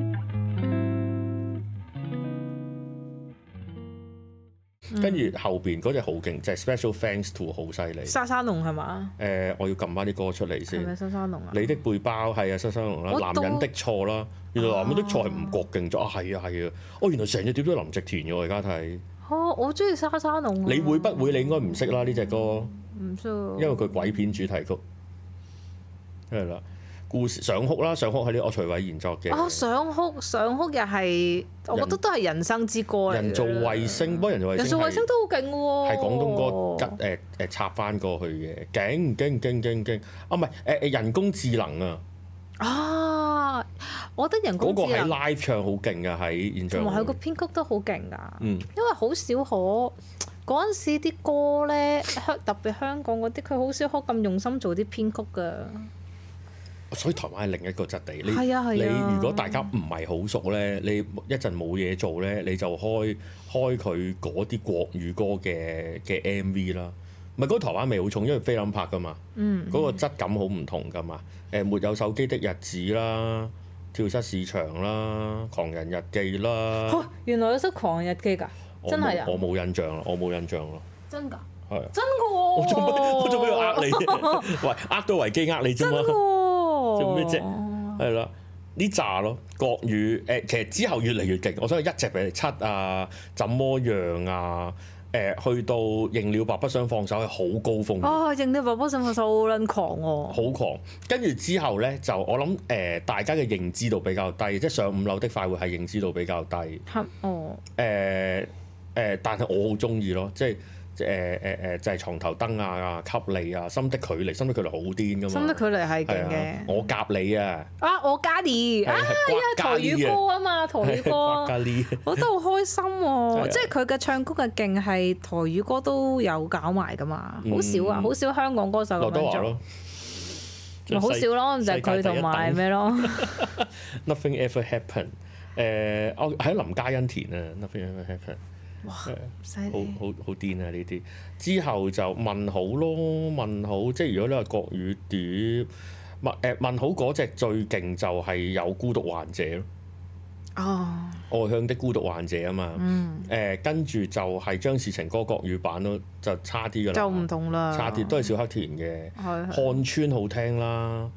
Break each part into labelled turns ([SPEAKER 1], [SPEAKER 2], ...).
[SPEAKER 1] 嗯
[SPEAKER 2] 跟住後邊嗰隻好勁，就係 Special Thanks to 好犀利。誒、
[SPEAKER 1] 沙沙龍係嘛？
[SPEAKER 2] 我要撳翻啲歌出嚟
[SPEAKER 1] 係
[SPEAKER 2] 先。
[SPEAKER 1] 咪沙沙龍啊？
[SPEAKER 2] 你的背包係啊，新生龍
[SPEAKER 1] 我啊
[SPEAKER 2] 啦，男人的錯啦，原來男人的錯係吳國敬作啊，係啊係啊，哦原來成隻碟都係林夕填嘅喎，而家睇
[SPEAKER 1] 哦，我中意沙沙龍啊。
[SPEAKER 2] 你會不會你應該唔識啦呢只歌，
[SPEAKER 1] 唔需要？
[SPEAKER 2] 因為佢鬼片主題曲係啦，故事上哭啦，上哭係呢個徐偉賢作
[SPEAKER 1] 啊，
[SPEAKER 2] 嘅，
[SPEAKER 1] 想哭想哭又係，我覺得都係人生之歌嚟。
[SPEAKER 2] 人造衛，星，不過人造衛
[SPEAKER 1] 人
[SPEAKER 2] 星
[SPEAKER 1] 造衛星
[SPEAKER 2] 係
[SPEAKER 1] 都好勁喎。
[SPEAKER 2] 係廣東歌吉誒誒插翻過去嘅，勁勁勁勁勁啊唔係誒誒人工智能啊，
[SPEAKER 1] 啊！我覺得人
[SPEAKER 2] 嗰
[SPEAKER 1] 工
[SPEAKER 2] 個
[SPEAKER 1] 智
[SPEAKER 2] 喺
[SPEAKER 1] 能
[SPEAKER 2] live 唱好勁㗎喺現
[SPEAKER 1] 同
[SPEAKER 2] 場
[SPEAKER 1] 埋佢個
[SPEAKER 2] 會，
[SPEAKER 1] 編曲都好勁㗎。
[SPEAKER 2] 嗯
[SPEAKER 1] 因為好少可嗰陣時啲歌咧，香特別香港嗰啲，佢好少可咁用心做啲編曲㗎。
[SPEAKER 2] 所以台灣係另一個質地。你
[SPEAKER 1] 係啊係啊
[SPEAKER 2] 你如果大家唔係好熟咧，你一陣冇嘢做咧，你就開開佢嗰啲國語歌嘅嘅 MV 啦。唔係嗰個台灣味好重，因為菲林拍噶嘛，
[SPEAKER 1] 嗯
[SPEAKER 2] 嗰、個質感好唔同噶嘛。誒、沒有手機的日子啦，跳蚤市場啦，狂人日記啦，
[SPEAKER 1] 嚇哦原來有首《狂人日記》㗎，
[SPEAKER 2] 啊我
[SPEAKER 1] 真係
[SPEAKER 2] 冇
[SPEAKER 1] 啊
[SPEAKER 2] 我，冇印象啦，我冇印象啦，
[SPEAKER 1] 真㗎，
[SPEAKER 2] 係啊。
[SPEAKER 1] 真㗎喎！
[SPEAKER 2] 我做咩？我做咩要呃你 啫？喂，呃到維基呃你啫
[SPEAKER 1] 真
[SPEAKER 2] 嘛
[SPEAKER 1] 㗎？喎！
[SPEAKER 2] 做咩啫？
[SPEAKER 1] 哦
[SPEAKER 2] 係啦，呢扎咯，國語誒、其實之後越嚟越勁。我想一隻俾你七啊，怎麼樣啊？誒、去到認了吧，不想放手係好高峰，好、
[SPEAKER 1] 啊！認你爸爸信我手好撚狂喎！
[SPEAKER 2] 狂。跟住之後咧，就我諗誒、大家嘅認知度比較低，即係上五樓的快活係認知度比較低。誒、
[SPEAKER 1] 嚇哦，
[SPEAKER 2] 誒、但係我好中意咯，即係。誒誒誒，就係床頭燈啊、給你啊、心的距離、心的距離好癲噶嘛，
[SPEAKER 1] 心的距離係
[SPEAKER 2] 係
[SPEAKER 1] 勁
[SPEAKER 2] 啊
[SPEAKER 1] 嘅，。
[SPEAKER 2] 我夾你啊，
[SPEAKER 1] 啊！我家
[SPEAKER 2] 係
[SPEAKER 1] 啲啊，
[SPEAKER 2] 係
[SPEAKER 1] 台語歌啊嘛，台語歌
[SPEAKER 2] 刮。咖喱
[SPEAKER 1] 我覺得好開心喎、
[SPEAKER 2] 係啊
[SPEAKER 1] 即係佢嘅唱歌嘅勁係台語歌都有搞埋噶嘛，好少啊，
[SPEAKER 2] 嗯
[SPEAKER 1] 好少香港歌手
[SPEAKER 2] 劉
[SPEAKER 1] 咁
[SPEAKER 2] 德華
[SPEAKER 1] 樣做
[SPEAKER 2] 咯，，
[SPEAKER 1] 咪好少咯，就係佢同埋咩咯，
[SPEAKER 2] Nothing ever happened。誒，我喺林嘉欣填啊，Nothing ever happened，
[SPEAKER 1] 犀
[SPEAKER 2] 好
[SPEAKER 1] 利
[SPEAKER 2] 好好癲啊呢啲。之後就問好咯，問好，即係如果你話國語碟，問誒問好嗰只最勁就係有孤獨患者咯，
[SPEAKER 1] 哦，
[SPEAKER 2] 外向的孤獨患者啊嘛。
[SPEAKER 1] 嗯，
[SPEAKER 2] 誒，跟住就係張氏情歌國語版咯，就差啲㗎啦，
[SPEAKER 1] 就唔同啦，
[SPEAKER 2] 差啲都係小黑田嘅。
[SPEAKER 1] 係係
[SPEAKER 2] 漢村好聽啦，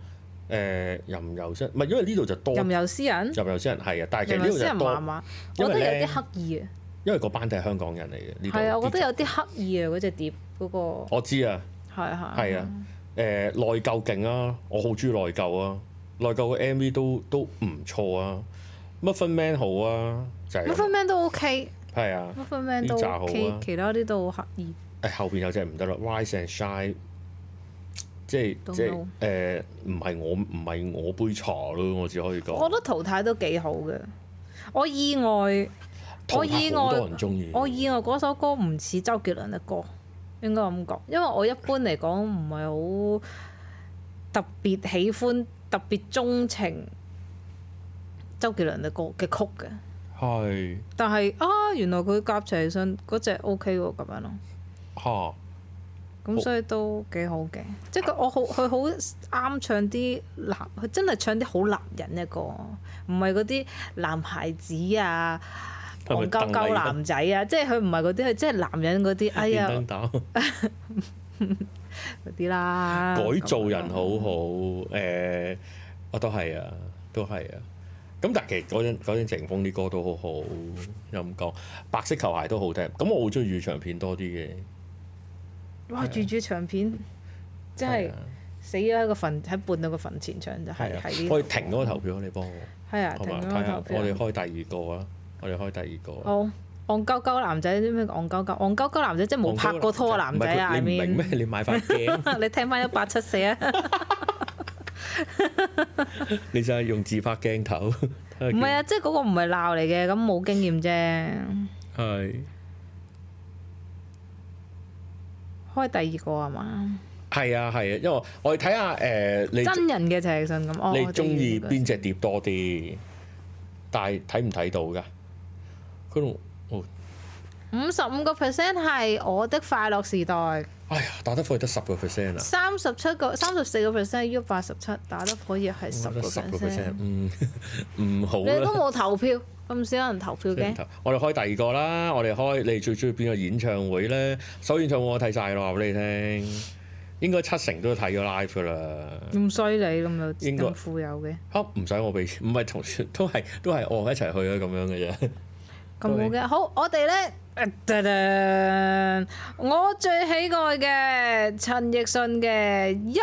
[SPEAKER 2] 誒、吟遊詩人，唔係因為呢度就多
[SPEAKER 1] 任由詩人，
[SPEAKER 2] 吟遊詩人係啊，但係其實
[SPEAKER 1] 任
[SPEAKER 2] 呢
[SPEAKER 1] 由
[SPEAKER 2] 度
[SPEAKER 1] 詩人
[SPEAKER 2] 就
[SPEAKER 1] 麻
[SPEAKER 2] 多，
[SPEAKER 1] 麻，
[SPEAKER 2] 因
[SPEAKER 1] 我
[SPEAKER 2] 為
[SPEAKER 1] 覺得有啲
[SPEAKER 2] 呢
[SPEAKER 1] 刻意啊，
[SPEAKER 2] 因為個班底係香港人嚟嘅呢度。
[SPEAKER 1] 係啊，我覺得
[SPEAKER 2] 有，
[SPEAKER 1] 有啲刻意啊嗰隻碟嗰、個，
[SPEAKER 2] 我知啊，
[SPEAKER 1] 係係
[SPEAKER 2] 係啊，誒、內疚勁啊，我好中意內疚啊，內疚嘅 MV 都都唔錯啊，乜分 man 好啊，就係、
[SPEAKER 1] m u f f i
[SPEAKER 2] 咁
[SPEAKER 1] Man 都 OK，m
[SPEAKER 2] 係啊，
[SPEAKER 1] u f f i Man
[SPEAKER 2] 呢
[SPEAKER 1] 都
[SPEAKER 2] 紮好
[SPEAKER 1] OK，
[SPEAKER 2] 啊
[SPEAKER 1] 其他啲都好刻意，
[SPEAKER 2] 誒後邊有隻唔得啦，Rise and Shine。即係
[SPEAKER 1] Don't
[SPEAKER 2] 即係
[SPEAKER 1] know
[SPEAKER 2] 誒，唔係我唔係我杯茶咯，我只可以
[SPEAKER 1] 我
[SPEAKER 2] 講。
[SPEAKER 1] 覺得淘汰都幾好嘅，我意外。我意外
[SPEAKER 2] 好多人中意。
[SPEAKER 1] 我意外嗰首歌唔似周杰倫嘅歌，應該咁講，因為我一般嚟講唔係好特別喜歡、特別鍾情周杰倫嘅歌嘅曲嘅。
[SPEAKER 2] 係。
[SPEAKER 1] 但係啊，原來佢夾齊身嗰只 O K 喎，咁樣咯，
[SPEAKER 2] 嚇，
[SPEAKER 1] 咁所以都幾好嘅。即係佢我好佢好啱唱啲男，佢真係唱啲好男人嘅歌，唔係嗰啲男孩子啊、
[SPEAKER 2] 係咪
[SPEAKER 1] 戇鳩鳩男仔啊，即係佢唔係嗰啲，佢即係男人嗰啲。
[SPEAKER 2] 電
[SPEAKER 1] 哎呀〜
[SPEAKER 2] 燈膽
[SPEAKER 1] 嗰啲啦。
[SPEAKER 2] 改造人好好，誒，我都係啊，都係啊。咁但係其實嗰陣嗰陣鄭風啲歌都好好，陰講白色球鞋都好聽。咁我好中意預場片多啲嘅，
[SPEAKER 1] 哇！住住長片真係
[SPEAKER 2] 啊
[SPEAKER 1] 死咗喺個墳喺半到個墳前唱就係
[SPEAKER 2] 係啊
[SPEAKER 1] 係呢，個
[SPEAKER 2] 我哋停嗰個投票啊，你幫我，
[SPEAKER 1] 係啊，
[SPEAKER 2] 好
[SPEAKER 1] 停
[SPEAKER 2] 嘛？
[SPEAKER 1] 咗
[SPEAKER 2] 睇
[SPEAKER 1] 個
[SPEAKER 2] 下
[SPEAKER 1] 投
[SPEAKER 2] 我哋
[SPEAKER 1] 票。
[SPEAKER 2] 開第二個啊，我哋開第二個啊。
[SPEAKER 1] 好戇鳩鳩男仔啲咩戇鳩鳩戇鳩鳩男仔即係冇拍過拖嘅男仔啊
[SPEAKER 2] 唔係
[SPEAKER 1] ！I
[SPEAKER 2] 佢你唔明
[SPEAKER 1] mean，
[SPEAKER 2] 咩？你買塊鏡，
[SPEAKER 1] 你聽翻一八七四啊，
[SPEAKER 2] 你就係用自拍鏡頭。唔
[SPEAKER 1] 唔係啊，即係嗰個唔係鬧嚟嘅，咁冇經驗啫。
[SPEAKER 2] 係
[SPEAKER 1] 開第二個係嘛？
[SPEAKER 2] 係啊係啊，因為我我哋睇下誒你。
[SPEAKER 1] 真人嘅陳奕迅咁，哦，
[SPEAKER 2] 你
[SPEAKER 1] 我
[SPEAKER 2] 中意
[SPEAKER 1] 呢個
[SPEAKER 2] 邊只碟多啲？但係睇唔睇到㗎？佢同哦
[SPEAKER 1] 五十五個 percent 係我的快樂時代，
[SPEAKER 2] 哎呀，打得火得十個 percent 啊！
[SPEAKER 1] 三十七個、三十四個 percent U 八十七打得可以係十個
[SPEAKER 2] 得十個 percent，
[SPEAKER 1] percent，
[SPEAKER 2] 嗯， 唔好
[SPEAKER 1] 你都
[SPEAKER 2] 啦。
[SPEAKER 1] 冇投票，咁少人投 票嘅，
[SPEAKER 2] 我哋開第二個啦，我哋開你最中意邊個演唱會咧？首演唱會我睇晒咯，話俾你聽，應該七成都睇咗 live 噶啦。
[SPEAKER 1] 咁犀利咁有
[SPEAKER 2] 應該
[SPEAKER 1] 咁富有嘅，
[SPEAKER 2] 嚇唔使我俾錢，唔係同 學都係都係我一齊去啊咁樣嘅啫。
[SPEAKER 1] 咁好嘅。好，我哋咧，呃噔噔我最喜愛嘅陳奕迅嘅音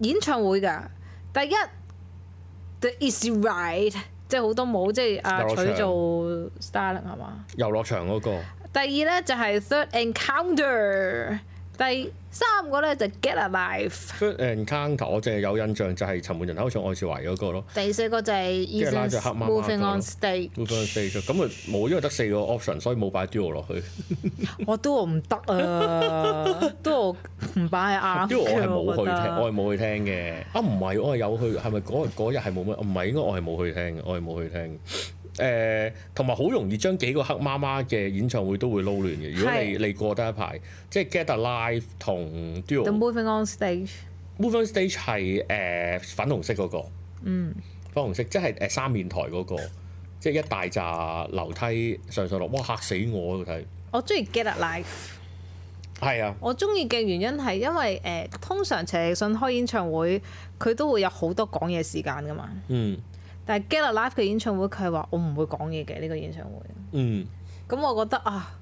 [SPEAKER 1] 演唱會㗎，第一 The Is Right，即係好多舞，即係阿
[SPEAKER 2] 有
[SPEAKER 1] 取
[SPEAKER 2] 場
[SPEAKER 1] 做 Starling 係嘛？
[SPEAKER 2] 遊樂場嗰、個。
[SPEAKER 1] 第二咧就係 Third Encounter，第三個咧就 Get Alive。
[SPEAKER 2] First Encounter 我淨係有印象就係沉悶人口唱愛是懷嗰個咯
[SPEAKER 1] 第四個就係
[SPEAKER 2] 係拉
[SPEAKER 1] Eason's
[SPEAKER 2] 咗黑媽媽
[SPEAKER 1] Moving
[SPEAKER 2] 嗰個
[SPEAKER 1] on Stage，
[SPEAKER 2] ，Move on stage 咁啊冇，因為得四個 option，所以冇擺 Duo 落去。
[SPEAKER 1] 我都唔得 啊，都唔擺啱
[SPEAKER 2] Duo 我係
[SPEAKER 1] 嘅，
[SPEAKER 2] 冇
[SPEAKER 1] 覺
[SPEAKER 2] 去聽，
[SPEAKER 1] 得
[SPEAKER 2] 我係冇去聽嘅。啊唔係，我係有去，係咪嗰日嗰日係冇乜？唔係應該我係冇去聽嘅，我係冇去聽。誒，同埋好容易將幾個黑媽媽嘅演唱會都會撈亂嘅。如果你你過得一排，即係 Get Alive 同
[SPEAKER 1] The
[SPEAKER 2] Duo。
[SPEAKER 1] Moving on Stage
[SPEAKER 2] Move on stage 係誒、粉紅色嗰、個，
[SPEAKER 1] 嗯，
[SPEAKER 2] 粉紅色即係誒三面台嗰、個，即係一大扎樓梯上上落，哇嚇死我啊！睇
[SPEAKER 1] 我中意 Get Alive。
[SPEAKER 2] 係啊，
[SPEAKER 1] 我中意嘅原因係因為誒、呃通常陳奕迅開演唱會，佢都會有好多講嘢時間噶嘛。
[SPEAKER 2] 嗯
[SPEAKER 1] 但係 Get Alive 嘅演唱會，佢係話我唔會講嘢嘅呢個演唱會。
[SPEAKER 2] 嗯，
[SPEAKER 1] 咁我覺得啊，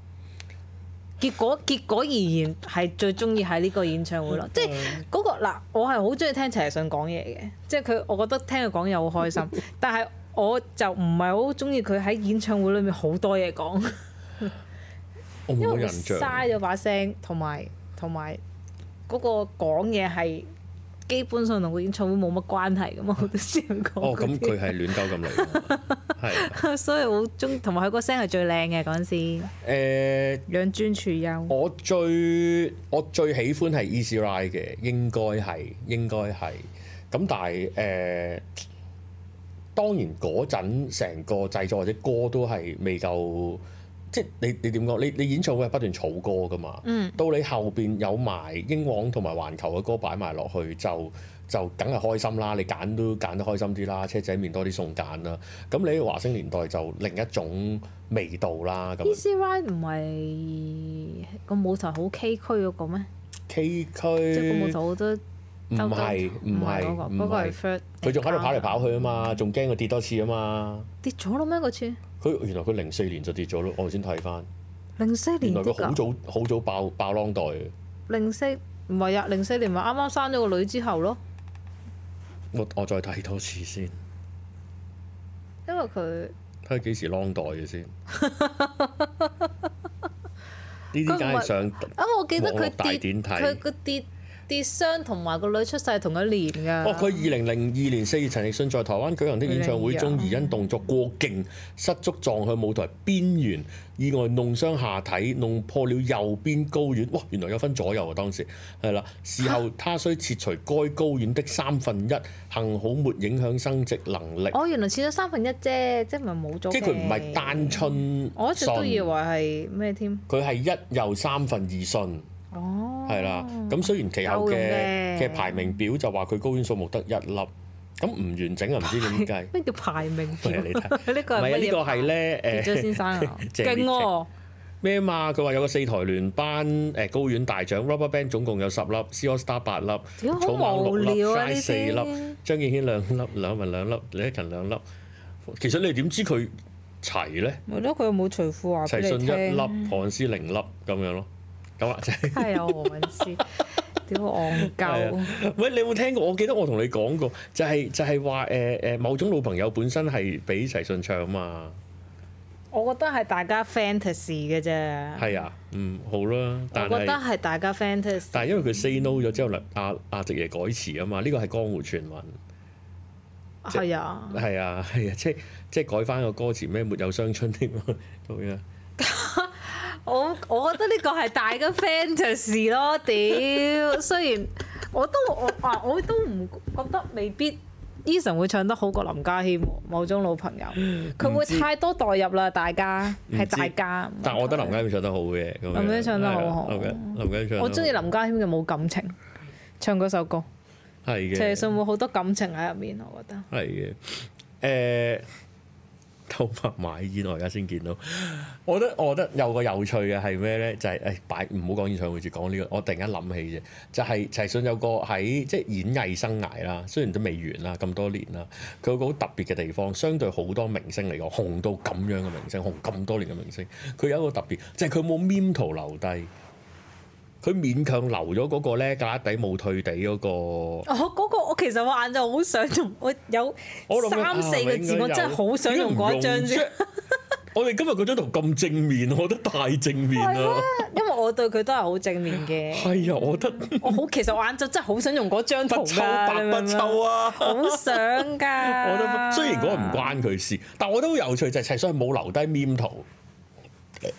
[SPEAKER 1] 結果結果而言係最中意喺呢個演唱會咯，即係嗰、個嗱，我係好中意聽陳奕迅講嘢嘅，即係佢我覺得聽佢講嘢好開心，但係我就唔係好中意佢喺演唱會裏面好多嘢講，
[SPEAKER 2] 我
[SPEAKER 1] 因
[SPEAKER 2] 冇
[SPEAKER 1] 為
[SPEAKER 2] 印
[SPEAKER 1] 會
[SPEAKER 2] 象，
[SPEAKER 1] 嘥咗把聲，同埋同埋嗰個講嘢係基本上同個演唱會冇乜關係噶嘛， 好多時候
[SPEAKER 2] 哦
[SPEAKER 1] 講
[SPEAKER 2] 咁
[SPEAKER 1] 嗰
[SPEAKER 2] 佢
[SPEAKER 1] 啲。
[SPEAKER 2] 係亂鳩咁嚟㗎嘛， 係啊
[SPEAKER 1] 所以好中，同埋佢個聲係最靚嘅嗰陣時，
[SPEAKER 2] 誒、
[SPEAKER 1] 養尊處優。
[SPEAKER 2] 我最我最喜歡係 Easy Ride 嘅，應該係應該係。咁但係誒、呃，當然嗰陣成個製作或者歌都係未夠，即係你你點講？你你演唱會係不斷儲歌噶嘛？
[SPEAKER 1] 嗯。
[SPEAKER 2] 到你後邊有埋英皇同埋環球嘅歌擺埋落去，就就梗係開心啦！你揀都揀得開心啲啦，車仔麵多啲餸揀啦。咁你喺華星年代就另一種味道啦。咁樣
[SPEAKER 1] Easy Ride 唔係個舞台好崎嶇嗰個咩？
[SPEAKER 2] K 區
[SPEAKER 1] 即係個舞台好多
[SPEAKER 2] 唔
[SPEAKER 1] 兜兜
[SPEAKER 2] 係唔係
[SPEAKER 1] 嗰個，
[SPEAKER 2] 唔
[SPEAKER 1] 嗰個係
[SPEAKER 2] 係，
[SPEAKER 1] 嗯 first。
[SPEAKER 2] 佢仲喺度跑嚟跑去啊，嘛，仲驚佢跌多次啊嘛。
[SPEAKER 1] 跌咗啦咩嗰次？
[SPEAKER 2] 佢原來佢零四年就跌咗咯，我先睇翻。
[SPEAKER 1] 零四
[SPEAKER 2] 原
[SPEAKER 1] 年
[SPEAKER 2] 來
[SPEAKER 1] 跌
[SPEAKER 2] 佢好
[SPEAKER 1] 㗎，
[SPEAKER 2] 早好早爆爆啷袋嘅。
[SPEAKER 1] 零四唔係啊，零四年咪啱啱生咗個女之後咯，
[SPEAKER 2] 我我再睇多次先，
[SPEAKER 1] 因為佢
[SPEAKER 2] 睇下幾時啷袋嘅 先。呢啲梗
[SPEAKER 1] 佢唔
[SPEAKER 2] 係
[SPEAKER 1] 係
[SPEAKER 2] 上
[SPEAKER 1] 啊，我記得
[SPEAKER 2] 網絡大
[SPEAKER 1] 佢跌
[SPEAKER 2] 典睇
[SPEAKER 1] 佢個跌跌傷同埋個女出世係同一年㗎。
[SPEAKER 2] 哦，佢二零零二年四月，陳奕迅在台灣舉行的演唱會中，
[SPEAKER 1] 佢領
[SPEAKER 2] 疑因動作過勁，失足撞向舞台邊緣，意外弄傷下體，弄破了右邊睾丸。哇，原來有分左右啊！當時係啦，事後他需切除該睾丸的三分一，幸好沒影響生殖能力。
[SPEAKER 1] 哦，原來切咗三分一啫，即係唔係冇咗嘅。
[SPEAKER 2] 即係佢唔係單春
[SPEAKER 1] 我一直都以
[SPEAKER 2] 信
[SPEAKER 1] 為係咩添？
[SPEAKER 2] 佢係一右三分二信。
[SPEAKER 1] 哦，
[SPEAKER 2] 係啦，咁雖然其後
[SPEAKER 1] 夠
[SPEAKER 2] 嘅
[SPEAKER 1] 用嘅
[SPEAKER 2] 嘅排名表就話佢睾丸數目得一粒，咁唔完整啊，唔知點 解。
[SPEAKER 1] 咩叫排名
[SPEAKER 2] 係啊你睇
[SPEAKER 1] 呢個
[SPEAKER 2] 唔
[SPEAKER 1] 係
[SPEAKER 2] 係啊，
[SPEAKER 1] 乜
[SPEAKER 2] 呢個
[SPEAKER 1] 嘢
[SPEAKER 2] 係
[SPEAKER 1] 牌
[SPEAKER 2] 咧
[SPEAKER 1] 傑咗先
[SPEAKER 2] 誒
[SPEAKER 1] 生 啊，
[SPEAKER 2] 謝
[SPEAKER 1] 勁喎！
[SPEAKER 2] 咩嘛？佢話有個四台聯班誒高院大獎，Rubberband 總共有十粒，C All Star 八粒，
[SPEAKER 1] 屌
[SPEAKER 2] 草蜢
[SPEAKER 1] 好
[SPEAKER 2] 六
[SPEAKER 1] 無
[SPEAKER 2] 粒
[SPEAKER 1] 聊啊
[SPEAKER 2] ，Shine 四粒
[SPEAKER 1] 呢啲，
[SPEAKER 2] 張敬軒兩粒，兩文兩粒，李克勤兩粒。其實你點知佢齊咧？
[SPEAKER 1] 咪咯，佢又冇除褲話
[SPEAKER 2] 齊
[SPEAKER 1] 俾
[SPEAKER 2] 信
[SPEAKER 1] 你
[SPEAKER 2] 一
[SPEAKER 1] 聽。
[SPEAKER 2] 粒，韓詩零粒咁樣咯。咁啊，就係
[SPEAKER 1] 係啊，何韻 詩，屌戇
[SPEAKER 2] 係
[SPEAKER 1] 鳩
[SPEAKER 2] 啊！喂，你有冇聽過？我記得我同你講過，就係、就係話誒誒，某種老朋友本身係俾齊信唱嘛。
[SPEAKER 1] 我覺得係大家 fantasy 嘅啫，
[SPEAKER 2] 係啊，嗯，好啦，
[SPEAKER 1] 我
[SPEAKER 2] 但
[SPEAKER 1] 覺得
[SPEAKER 2] 係。
[SPEAKER 1] 係大家 fantasy。
[SPEAKER 2] 但係因為佢 say no 咗之後，阿阿直爺改詞啊嘛，呢個係江湖傳聞。
[SPEAKER 1] 係啊，
[SPEAKER 2] 係啊，係啊，即係即係改翻個歌詞咩？沒有傷春添啊，咁樣。
[SPEAKER 1] 我我覺得呢個係大家 fantasy 咯，屌！雖然我都我啊我都唔覺得未必 Eason 會唱得好過林家謙喎，某種老朋友，佢會
[SPEAKER 2] 嗯唔知
[SPEAKER 1] 太多代入啦，大家
[SPEAKER 2] 唔
[SPEAKER 1] 係
[SPEAKER 2] 知
[SPEAKER 1] 大家。唔係
[SPEAKER 2] 但我覺得
[SPEAKER 1] 佢
[SPEAKER 2] 林家謙唱得好嘅，咁樣
[SPEAKER 1] 林家謙唱得好好
[SPEAKER 2] 係啊林家林家謙唱得好
[SPEAKER 1] 我中意林家謙嘅冇感情，唱嗰首歌，
[SPEAKER 2] 係嘅，
[SPEAKER 1] 陳奕迅冇好多感情喺入面，我覺得。
[SPEAKER 2] 係嘅。誒、偷拍買煙，我而家先見到。我覺得我覺得有個有趣嘅係咩咧？就係、誒擺唔好講演唱會，住講呢、個。我突然間諗起啫，就係、陳奕迅有個喺即係演藝生涯啦，雖然都未完啦，咁多年啦，佢有個好特別嘅地方，相對好多明星嚟講，紅到咁樣嘅明星，紅咁多年嘅明星，佢有一個特別，就係佢冇 meme 圖留低，佢勉強留咗嗰個咧，架底冇退地嗰、個。
[SPEAKER 1] 我哦嗰個我其實我晏晝好想用，我有
[SPEAKER 2] 我諗啊緊
[SPEAKER 1] 三四個字，我真係好想用嗰一張。
[SPEAKER 2] 啊永遠有點解唔用
[SPEAKER 1] 先
[SPEAKER 2] 啫，我哋今日嗰張圖咁正面，我覺得太正面啦。
[SPEAKER 1] 因為我對佢都係好正面嘅。
[SPEAKER 2] 係啊，我覺得
[SPEAKER 1] 我好其實我晏晝真係好想用嗰張圖
[SPEAKER 2] 不抽
[SPEAKER 1] 㗎，
[SPEAKER 2] 白
[SPEAKER 1] 你明唔
[SPEAKER 2] 不
[SPEAKER 1] 明
[SPEAKER 2] 抽
[SPEAKER 1] 啊？
[SPEAKER 2] 啊！
[SPEAKER 1] 好想 㗎。
[SPEAKER 2] 我覺得雖然嗰個唔關佢事，但我覺得好有趣就係陳奕迅係冇留低 meme 圖，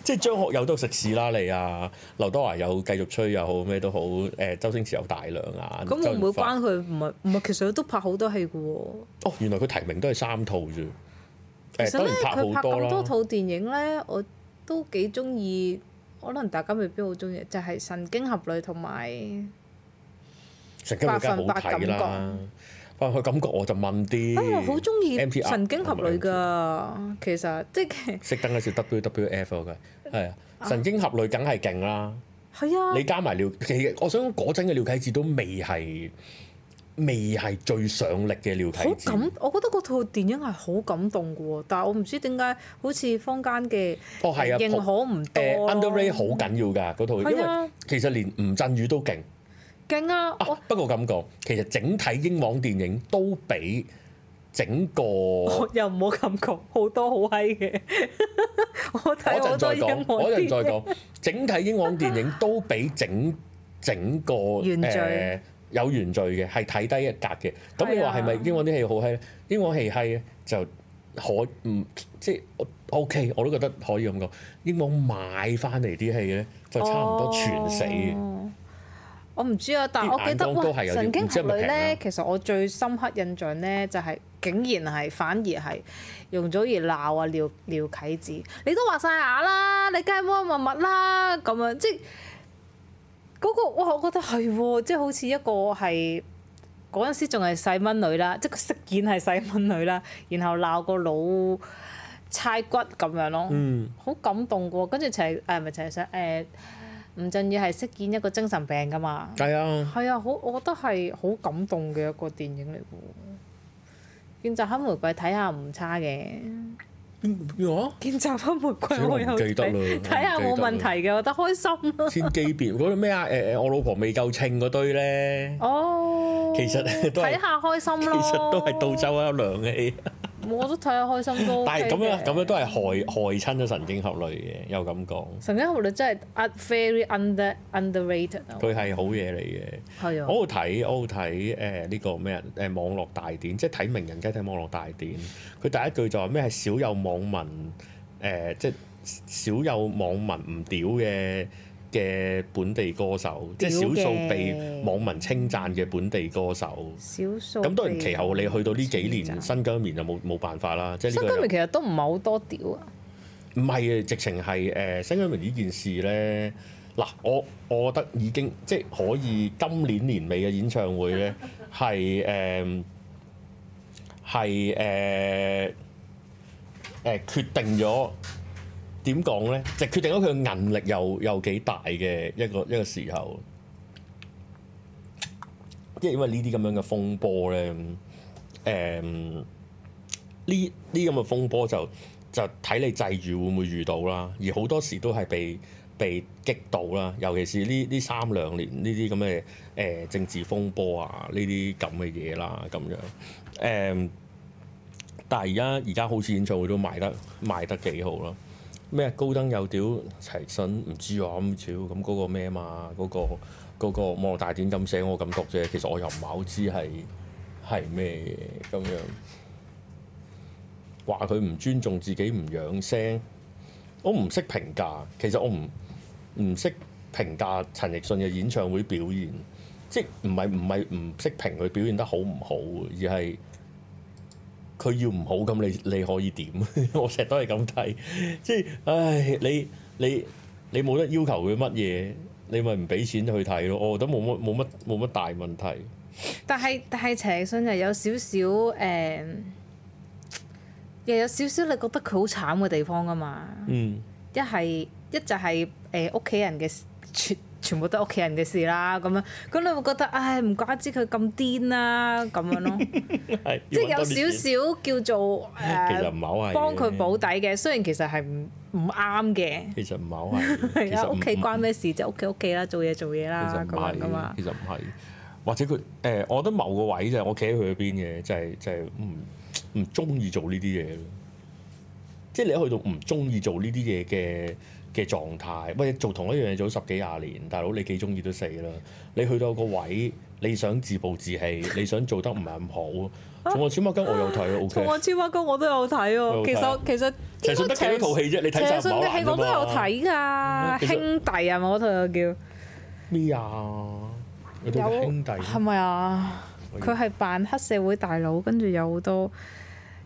[SPEAKER 2] 即係張學友都食屎啦你啊，劉德華又繼續吹又好咩都好，誒周星馳有大量啊。
[SPEAKER 1] 咁
[SPEAKER 2] 周
[SPEAKER 1] 會唔
[SPEAKER 2] 潤
[SPEAKER 1] 會
[SPEAKER 2] 發
[SPEAKER 1] 關佢唔係唔係？其實佢都拍好多戲嘅喎。
[SPEAKER 2] 哦，原來佢提名都係三套啫。
[SPEAKER 1] 其
[SPEAKER 2] 誒
[SPEAKER 1] 實
[SPEAKER 2] 當
[SPEAKER 1] 咧，
[SPEAKER 2] 然
[SPEAKER 1] 佢拍
[SPEAKER 2] 好
[SPEAKER 1] 咁多
[SPEAKER 2] 多啦，
[SPEAKER 1] 套電影咧，我都幾中意。可能大家未必好中意，就係、神經俠侶》同埋啊！
[SPEAKER 2] 成家梗係好睇
[SPEAKER 1] 百分百
[SPEAKER 2] 啦
[SPEAKER 1] 感。
[SPEAKER 2] 不過佢感覺我就問啲。
[SPEAKER 1] 啊我好中意
[SPEAKER 2] MTR
[SPEAKER 1] 《神經俠侶》㗎。其實即 係
[SPEAKER 2] 熄燈嗰時 WWF 啊佢係啊，神經俠侶梗係勁啦。
[SPEAKER 1] 係啊，
[SPEAKER 2] 你加埋廖，其實我想講嗰陣嘅廖啟智都未係未係最上力嘅廖
[SPEAKER 1] 好
[SPEAKER 2] 啟智。
[SPEAKER 1] 感。我覺得嗰套電影係好感動嘅喎，但係我唔知點解好似坊間嘅
[SPEAKER 2] 哦係啊，
[SPEAKER 1] 認可唔多
[SPEAKER 2] 誒 Underray
[SPEAKER 1] 咯。
[SPEAKER 2] 好緊要㗎嗰套，因
[SPEAKER 1] 係
[SPEAKER 2] 為
[SPEAKER 1] 啊
[SPEAKER 2] 其實連吳鎮宇都勁
[SPEAKER 1] 勁啊！
[SPEAKER 2] 啊
[SPEAKER 1] 我。
[SPEAKER 2] 不過咁講，其實整體英皇電影都比整個
[SPEAKER 1] 我又唔好咁講，好多好閪嘅。 我
[SPEAKER 2] 嗰
[SPEAKER 1] 睇
[SPEAKER 2] 陣
[SPEAKER 1] 好多
[SPEAKER 2] 再
[SPEAKER 1] 英
[SPEAKER 2] 講，
[SPEAKER 1] 文
[SPEAKER 2] 嗰陣再
[SPEAKER 1] 啲。
[SPEAKER 2] 講，整體英皇電影都比整整個
[SPEAKER 1] 原罪
[SPEAKER 2] 誒有原罪嘅，係睇低一格嘅。咁你
[SPEAKER 1] 係啊
[SPEAKER 2] 話係咪英皇啲戲好閪咧？英皇戲閪咧就可唔即係我 OK，我都覺得可以咁講。英皇買翻嚟啲戲咧，就差唔多全死嘅。
[SPEAKER 1] 哦我唔知啊，但
[SPEAKER 2] 啲
[SPEAKER 1] 我記得
[SPEAKER 2] 眼光都
[SPEAKER 1] 哇
[SPEAKER 2] 係有啲
[SPEAKER 1] 神經
[SPEAKER 2] 唔知
[SPEAKER 1] 俠
[SPEAKER 2] 係咪
[SPEAKER 1] 侶
[SPEAKER 2] 平啊
[SPEAKER 1] 咧，其實我最深刻印象咧，就係、竟然係反而係容祖兒鬧啊廖廖啟智，你都話晒牙啦，你梗係乜乜乜啦咁樣，即係嗰、個哇，我覺得係喎，即係好似一個係嗰陣時仲係細蚊女啦，即係個飾演係細蚊女啦，然後鬧個老差骨咁樣咯。
[SPEAKER 2] 嗯，
[SPEAKER 1] 好感動嘅喎，跟住陳誒唔係陳奕迅誒吳鎮宇係飾演一個精神病㗎嘛，
[SPEAKER 2] 係啊，
[SPEAKER 1] 係啊，好我覺得係好感動嘅一個電影嚟嘅喎。見習黑玫瑰睇下唔差嘅，
[SPEAKER 2] 邊邊個啊？
[SPEAKER 1] 見習黑玫瑰
[SPEAKER 2] 死啦
[SPEAKER 1] 我有
[SPEAKER 2] 唔記得啦
[SPEAKER 1] 睇睇下冇問題嘅，我覺得開心咯。
[SPEAKER 2] 千機變嗰個咩啊？誒誒，我老婆未夠稱嗰堆 咧，
[SPEAKER 1] 哦，
[SPEAKER 2] 其實都係
[SPEAKER 1] 睇下開心
[SPEAKER 2] 其
[SPEAKER 1] 咯，
[SPEAKER 2] 實都係倒周一兩嘅戲。
[SPEAKER 1] 我都睇下開心都 OK 嘅。
[SPEAKER 2] 但係咁樣咁樣都係害害親咗神經學類嘅，又咁講，
[SPEAKER 1] 神經俠侶真係 un- very under underrated 啊，
[SPEAKER 2] 佢係好嘢嚟嘅。
[SPEAKER 1] 係啊
[SPEAKER 2] 我，好睇，我好睇誒呢個咩啊？誒網絡大典，即係睇名人梗係睇網絡大典。佢第一句就話咩係少有網民誒、呃即係少有網民唔屌嘅嘅本地歌手，即係
[SPEAKER 1] 屌
[SPEAKER 2] 少
[SPEAKER 1] 嘅
[SPEAKER 2] 數被網民稱讚嘅本地歌手。
[SPEAKER 1] 少數
[SPEAKER 2] 咁當然
[SPEAKER 1] 被
[SPEAKER 2] 其後你去到呢幾年
[SPEAKER 1] 稱讚
[SPEAKER 2] 新疆棉就冇冇辦法啦，即係
[SPEAKER 1] 新
[SPEAKER 2] 呢
[SPEAKER 1] 疆
[SPEAKER 2] 個
[SPEAKER 1] 棉其實都唔係好多屌啊，
[SPEAKER 2] 唔係啊，直情係誒新疆棉呢件事咧，嗱我我覺得已經即係可以今年年尾嘅演唱會咧係誒係誒誒決定咗點講咧，就決定咗佢嘅韌力又又幾大嘅一個一個時候，即係因為呢啲咁樣嘅風波嗯咧，誒、呢呢咁嘅風波就就睇你際遇會唔會遇到啦，而好多時都係被被擊到啦，尤其是呢呢三兩年呢啲咁嘅誒政治風波啊，呢啲咁嘅嘢啦，咁樣誒、但係而家而家好似演唱會都賣得賣得幾好啦。咩啊高登有屌齊信唔知啊咁屌咁嗰個咩嘛嗰、個嗰、個網絡大典咁寫我咁讀啫，其實我又唔係好知係係咩嘅咁樣。話佢唔尊重自己，唔養聲，我唔識評價。其實我唔唔識評價陳奕迅嘅演唱會表現，即係唔係唔係唔識評佢表現得好唔好，而係佢要唔好咁，你你可以點？ 我成日都係咁睇，即係唉，你你你冇得要求佢乜嘢，你咪唔俾錢去睇咯。我覺得冇乜冇乜冇乜大問題。
[SPEAKER 1] 但係但係邪信又有少少誒、嗯又有少少你覺得佢好慘嘅地方啊嘛。
[SPEAKER 2] 嗯
[SPEAKER 1] 一係一就係誒屋企人嘅事全全部都係屋企人嘅事啦，咁樣咁你會覺得唉唔怪之佢咁癲啦，咁樣咯，
[SPEAKER 2] 係
[SPEAKER 1] 即係
[SPEAKER 2] 要搵多啲
[SPEAKER 1] 有
[SPEAKER 2] 錢
[SPEAKER 1] 少少叫做誒、
[SPEAKER 2] 其實唔係好係嘅
[SPEAKER 1] 幫佢保底嘅，雖然其實係唔唔啱嘅。
[SPEAKER 2] 其實唔係好係嘅，
[SPEAKER 1] 係
[SPEAKER 2] 其
[SPEAKER 1] 啊，
[SPEAKER 2] 實唔
[SPEAKER 1] 屋企關咩事啫？屋企屋企啦，做嘢做嘢
[SPEAKER 2] 其實
[SPEAKER 1] 啦，
[SPEAKER 2] 唔
[SPEAKER 1] 咁啊樣噶嘛
[SPEAKER 2] 係，。其實唔係，或者佢誒、我覺得某個位就係我企喺佢嗰邊嘅，就係、就係唔唔中意做呢啲嘢咯。即係你一去到唔中意做呢啲嘢嘅嘅狀態，喂，做同一樣嘢做咗十幾廿年，大佬你幾中意都死啦。你去到個位，你想自暴自 棄，你想做得唔係咁好，《重案小孖筋》我有睇，O
[SPEAKER 1] 啊同我
[SPEAKER 2] K。
[SPEAKER 1] 超孖哥我都有睇
[SPEAKER 2] 有
[SPEAKER 1] 喎，其
[SPEAKER 2] 睇啊
[SPEAKER 1] 實其實
[SPEAKER 2] 陳信
[SPEAKER 1] 應
[SPEAKER 2] 得
[SPEAKER 1] 該
[SPEAKER 2] 幾多套戲啫？你睇晒
[SPEAKER 1] 陳
[SPEAKER 2] 唔
[SPEAKER 1] 信
[SPEAKER 2] 係好
[SPEAKER 1] 嘅
[SPEAKER 2] 難
[SPEAKER 1] 戲我
[SPEAKER 2] 㗎
[SPEAKER 1] 都有
[SPEAKER 2] 嘛？嗯
[SPEAKER 1] 睇㗎，
[SPEAKER 2] 其實
[SPEAKER 1] 兄弟啊嘛，嗰套又叫。
[SPEAKER 2] 咩啊？有對
[SPEAKER 1] 有
[SPEAKER 2] 兄弟
[SPEAKER 1] 係咪啊？
[SPEAKER 2] 嗯
[SPEAKER 1] 佢係扮黑社會大佬，跟住有好多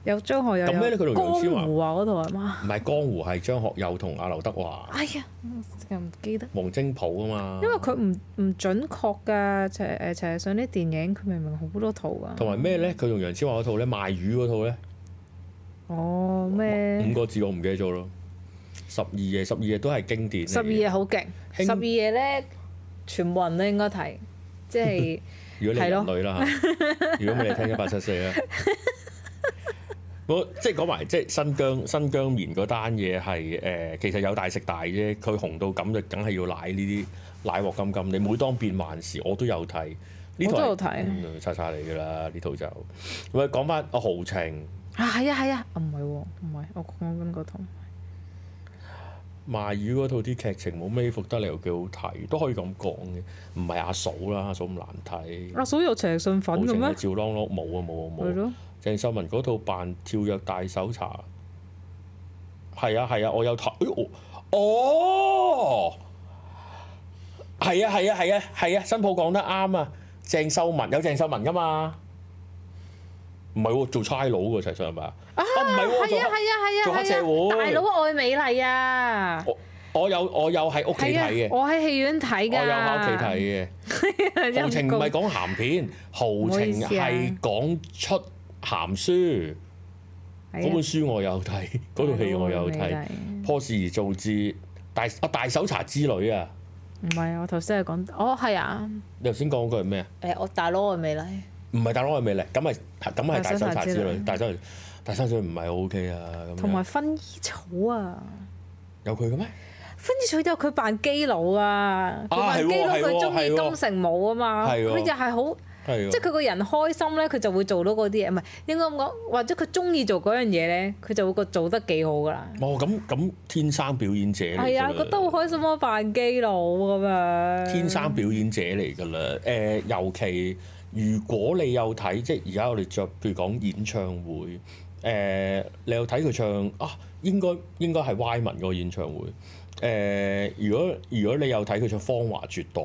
[SPEAKER 1] 有張學友，
[SPEAKER 2] 咁咩咧佢
[SPEAKER 1] 有
[SPEAKER 2] 同楊千嬅
[SPEAKER 1] 江湖啊嗰度係嘛？
[SPEAKER 2] 唔係江湖係張學友同阿劉德華。
[SPEAKER 1] 哎呀，我成日唔記得，
[SPEAKER 2] 王精普啊嘛，
[SPEAKER 1] 因為佢唔唔準確㗎。邪誒邪上啲電影，佢明明好多套㗎。
[SPEAKER 2] 同埋咩咧？佢用楊千嬅嗰套咧賣魚嗰套咧，
[SPEAKER 1] 哦
[SPEAKER 2] 五
[SPEAKER 1] 咩？
[SPEAKER 2] 個字我唔記得咗咯。十二夜，十二夜都係經典嚟嘅。
[SPEAKER 1] 十二夜好勁，
[SPEAKER 2] 兄
[SPEAKER 1] 十二夜咧全部人都應該睇，即係
[SPEAKER 2] 如果你
[SPEAKER 1] 係
[SPEAKER 2] 人
[SPEAKER 1] 咯
[SPEAKER 2] 類啦 嚇，如果唔係你聽一八七四啦。啊我即係講埋，即係新疆新疆棉嗰單嘢係誒，其實有大食大啫。佢紅到咁就梗係要奶呢啲奶鑊金金。你每當變幻時，我都有睇。呢套
[SPEAKER 1] 我都有
[SPEAKER 2] 係
[SPEAKER 1] 睇
[SPEAKER 2] 嗯叉叉嚟㗎啦，呢套就喂講翻阿豪情。
[SPEAKER 1] 啊係啊係啊，啊唔係喎，唔係我講緊嗰套。
[SPEAKER 2] 賣魚嗰套啲劇情冇咩起伏得嚟，又幾好睇，都可以咁講嘅。唔係阿嫂啦，阿嫂咁難睇。
[SPEAKER 1] 阿嫂啊有邪信粉
[SPEAKER 2] 好
[SPEAKER 1] 嘅
[SPEAKER 2] 正
[SPEAKER 1] 咩
[SPEAKER 2] 係？趙朗朗冇啊冇啊
[SPEAKER 1] 哦係
[SPEAKER 2] 冇啊。
[SPEAKER 1] 咯，
[SPEAKER 2] 鄭秀文嗰套扮跳躍大搜查，係啊係啊，我有睇。哎我哦，係啊係啊係啊係啊，新抱講得啱啊！鄭秀文有鄭秀文噶嘛？唔係喎，做差佬喎，齊上係咪啊？啊唔係喎，做
[SPEAKER 1] 係啊係
[SPEAKER 2] 黑
[SPEAKER 1] 啊
[SPEAKER 2] 做黑
[SPEAKER 1] 係
[SPEAKER 2] 社
[SPEAKER 1] 啊係啊！
[SPEAKER 2] 會
[SPEAKER 1] 大佬愛美麗啊！
[SPEAKER 2] 我有我有喺屋企睇嘅
[SPEAKER 1] 係啊，。我喺戲院睇㗎。
[SPEAKER 2] 我有喺屋企 睇嘅，豪情唔係講鹹片，豪
[SPEAKER 1] 唔好意
[SPEAKER 2] 情
[SPEAKER 1] 思啊
[SPEAKER 2] 係講出鹹書。嗰本
[SPEAKER 1] 係啊哦
[SPEAKER 2] 書我有睇，嗰套戲我有
[SPEAKER 1] 大佬
[SPEAKER 2] 睇
[SPEAKER 1] 愛美麗，
[SPEAKER 2] 破事而造之大啊大搜查之旅啊！
[SPEAKER 1] 唔係，我頭先係講，哦係啊，
[SPEAKER 2] 你頭先講嗰句係咩啊？
[SPEAKER 1] 誒我大佬愛美麗，
[SPEAKER 2] 唔係大佬係咪咧？咁係咁係大
[SPEAKER 1] 大搜
[SPEAKER 2] 搜
[SPEAKER 1] 查
[SPEAKER 2] 查之
[SPEAKER 1] 之
[SPEAKER 2] 旅，
[SPEAKER 1] 旅
[SPEAKER 2] 大搜查大搜查之旅唔係 O K 啊咁樣。
[SPEAKER 1] 同埋薰衣草啊，
[SPEAKER 2] 有佢嘅咩？
[SPEAKER 1] 薰衣草有佢扮基佬啊，佢
[SPEAKER 2] 啊係
[SPEAKER 1] 扮
[SPEAKER 2] 喎
[SPEAKER 1] 基佬
[SPEAKER 2] 係喎
[SPEAKER 1] 佢中
[SPEAKER 2] 係
[SPEAKER 1] 意
[SPEAKER 2] 喎
[SPEAKER 1] 金城武啊嘛，
[SPEAKER 2] 係喎
[SPEAKER 1] 佢又係好，
[SPEAKER 2] 係
[SPEAKER 1] 即
[SPEAKER 2] 喎
[SPEAKER 1] 係佢個人開心咧，佢就會做到嗰啲嘢，唔係應該咁講，或者佢中意做嗰樣嘢咧，佢就會覺得做得幾好㗎啦。
[SPEAKER 2] 哦咁咁天生表演者嚟
[SPEAKER 1] 係啊，
[SPEAKER 2] 㗎啦
[SPEAKER 1] 覺得好開心啊，扮基佬咁樣。
[SPEAKER 2] 天生表演者嚟㗎啦。誒、尤其如果你有睇，即係而家我哋着，譬如講演唱會，誒、你有睇佢唱啊，應該應該係 Y 文個演唱會。誒、如果如果你有睇佢唱《芳華絕代》，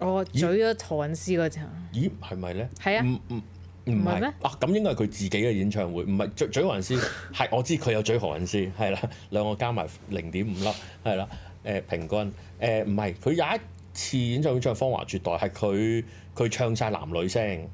[SPEAKER 1] 我嘴咗唐韻詩嗰陣，
[SPEAKER 2] 咦，係咪咧？
[SPEAKER 1] 係啊
[SPEAKER 2] 唔唔唔
[SPEAKER 1] 唔係
[SPEAKER 2] 係
[SPEAKER 1] 咩
[SPEAKER 2] 啊！咁應該係佢自己嘅演唱會，唔係嘴嘴韓師係我知佢有嘴韓師係啦， 兩個加埋零點五粒係啦，誒、平均誒唔係佢有一次演唱會唱《芳華絕代》，係佢佢唱晒男女聲，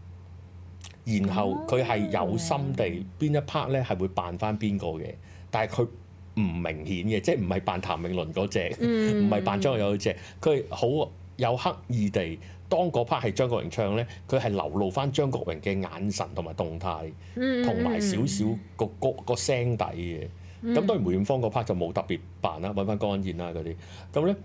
[SPEAKER 2] 然後佢係有心地
[SPEAKER 1] 哦
[SPEAKER 2] 邊一 part 咧係會扮翻邊個嘅，但係佢。唔明顯嘅，即係唔係扮譚詠麟嗰只，唔係扮張學友嗰只，佢係好有刻意地，當嗰 part 係張國榮唱咧，佢係流露翻張國榮嘅眼神同埋動態，
[SPEAKER 1] 嗯嗯
[SPEAKER 2] 同埋少少個個個聲底嘅。咁當然梅艷芳嗰 part 就冇特別扮啦，揾翻江欣燕啦嗰啲。咁咧。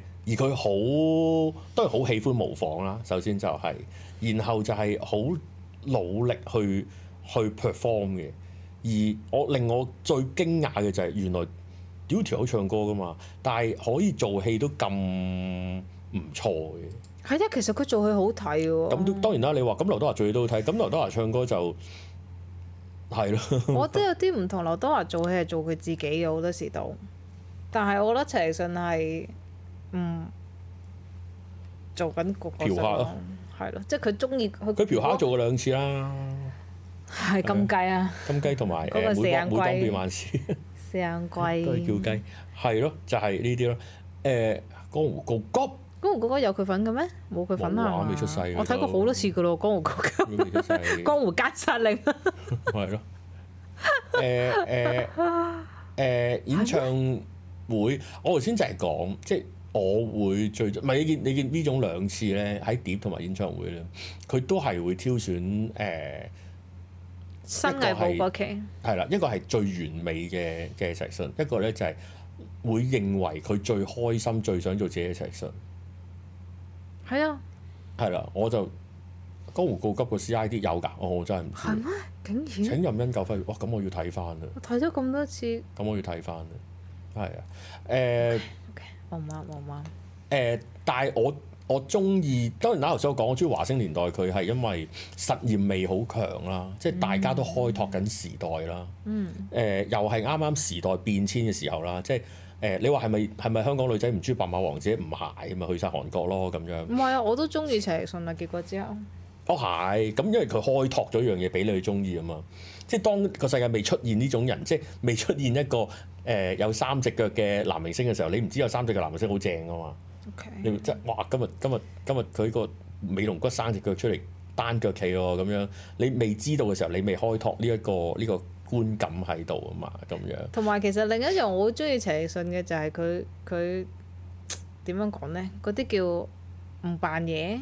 [SPEAKER 2] 誒、而佢好都係好喜歡模仿啦，首先就係、然後就係好努力去去 perform 嘅。而我令我最驚訝嘅就係原來屌條友唱歌噶嘛，但係可以做戲都咁唔錯嘅。
[SPEAKER 1] 係啊，其實佢做戲好睇喎。
[SPEAKER 2] 咁都當然啦，你話咁劉德華最都好睇，咁劉德華唱歌就係咯。
[SPEAKER 1] 我覺得有啲唔同，劉德華做戲係做佢自己嘅好多時都，但係我覺得陳奕迅係嗯做緊個角色
[SPEAKER 2] 嫖客
[SPEAKER 1] 咯
[SPEAKER 2] 啊，
[SPEAKER 1] 係咯，即係佢中意佢
[SPEAKER 2] 佢嫖客做過兩次啦，
[SPEAKER 1] 係
[SPEAKER 2] 係咪
[SPEAKER 1] 咁計啊，
[SPEAKER 2] 金雞同埋
[SPEAKER 1] 嗰個
[SPEAKER 2] 誒每
[SPEAKER 1] 四
[SPEAKER 2] 當
[SPEAKER 1] 眼
[SPEAKER 2] 每
[SPEAKER 1] 龜
[SPEAKER 2] 當變幻時
[SPEAKER 1] 四眼
[SPEAKER 2] 都係
[SPEAKER 1] 貴。
[SPEAKER 2] 叫雞，係咯，就係呢啲咯。誒江湖告 急。
[SPEAKER 1] 江湖哥哥有佢份嘅咩？冇佢份啊
[SPEAKER 2] 冇啊
[SPEAKER 1] 嘛！
[SPEAKER 2] 未出世嘅嗯
[SPEAKER 1] 我睇過好多次噶咯，江湖哥哥。
[SPEAKER 2] 咁其實就係
[SPEAKER 1] 江湖奸殺令，啊
[SPEAKER 2] 係咯。誒誒誒，呃演唱會我頭先就係講，即係我會最唔係你見你見呢種兩次咧，喺碟同埋演唱會咧，佢都係會挑選誒呃
[SPEAKER 1] 新藝寶嗰期，
[SPEAKER 2] 係啦，一個係最完美嘅嘅 section，一個咧就係、會認為佢最開心、最想做自己嘅 section。
[SPEAKER 1] 係啊，
[SPEAKER 2] 係啦，我就江湖告急個 CID 有㗎，我真係唔
[SPEAKER 1] 係
[SPEAKER 2] 知。
[SPEAKER 1] 咩？竟然
[SPEAKER 2] 嗯請任恩救輝，哇！咁我要睇翻啦。
[SPEAKER 1] 我睇咗咁多次，
[SPEAKER 2] 咁我要睇翻啦，係啊，誒、
[SPEAKER 1] 我唔啱，我唔啱。
[SPEAKER 2] 誒、但係我我中意，當然啦，頭先我講，我中意華星年代，佢係因為實驗味好強啦，即係大家都開拓緊時代啦，
[SPEAKER 1] 嗯，
[SPEAKER 2] 誒、呃又係啱啱時代變遷嘅時候啦，即係誒、呃你話係咪係咪香港女仔唔中意白馬王子唔係，咪去晒韓國咯咁樣
[SPEAKER 1] 唔。係啊，我都中意陳奕迅啊。結果之後，
[SPEAKER 2] 哦係，咁因為佢開拓咗一樣嘢俾你去中意啊嘛，即係當個世界未出現呢種人，即係未出現一個誒、呃有三隻腳嘅男明星嘅時候，你唔知有三隻腳男明星好正啊嘛，
[SPEAKER 1] OK，
[SPEAKER 2] 你即係哇今日今日今日佢個尾龍骨生隻腳出嚟單腳企喎咁樣，你未知道嘅時候，你未開拓呢、一個呢、個觀感喺度啊嘛，咁樣
[SPEAKER 1] 同埋其實另一樣我好中意陳奕迅嘅就係佢佢點樣講咧？嗰啲叫唔 扮嘢。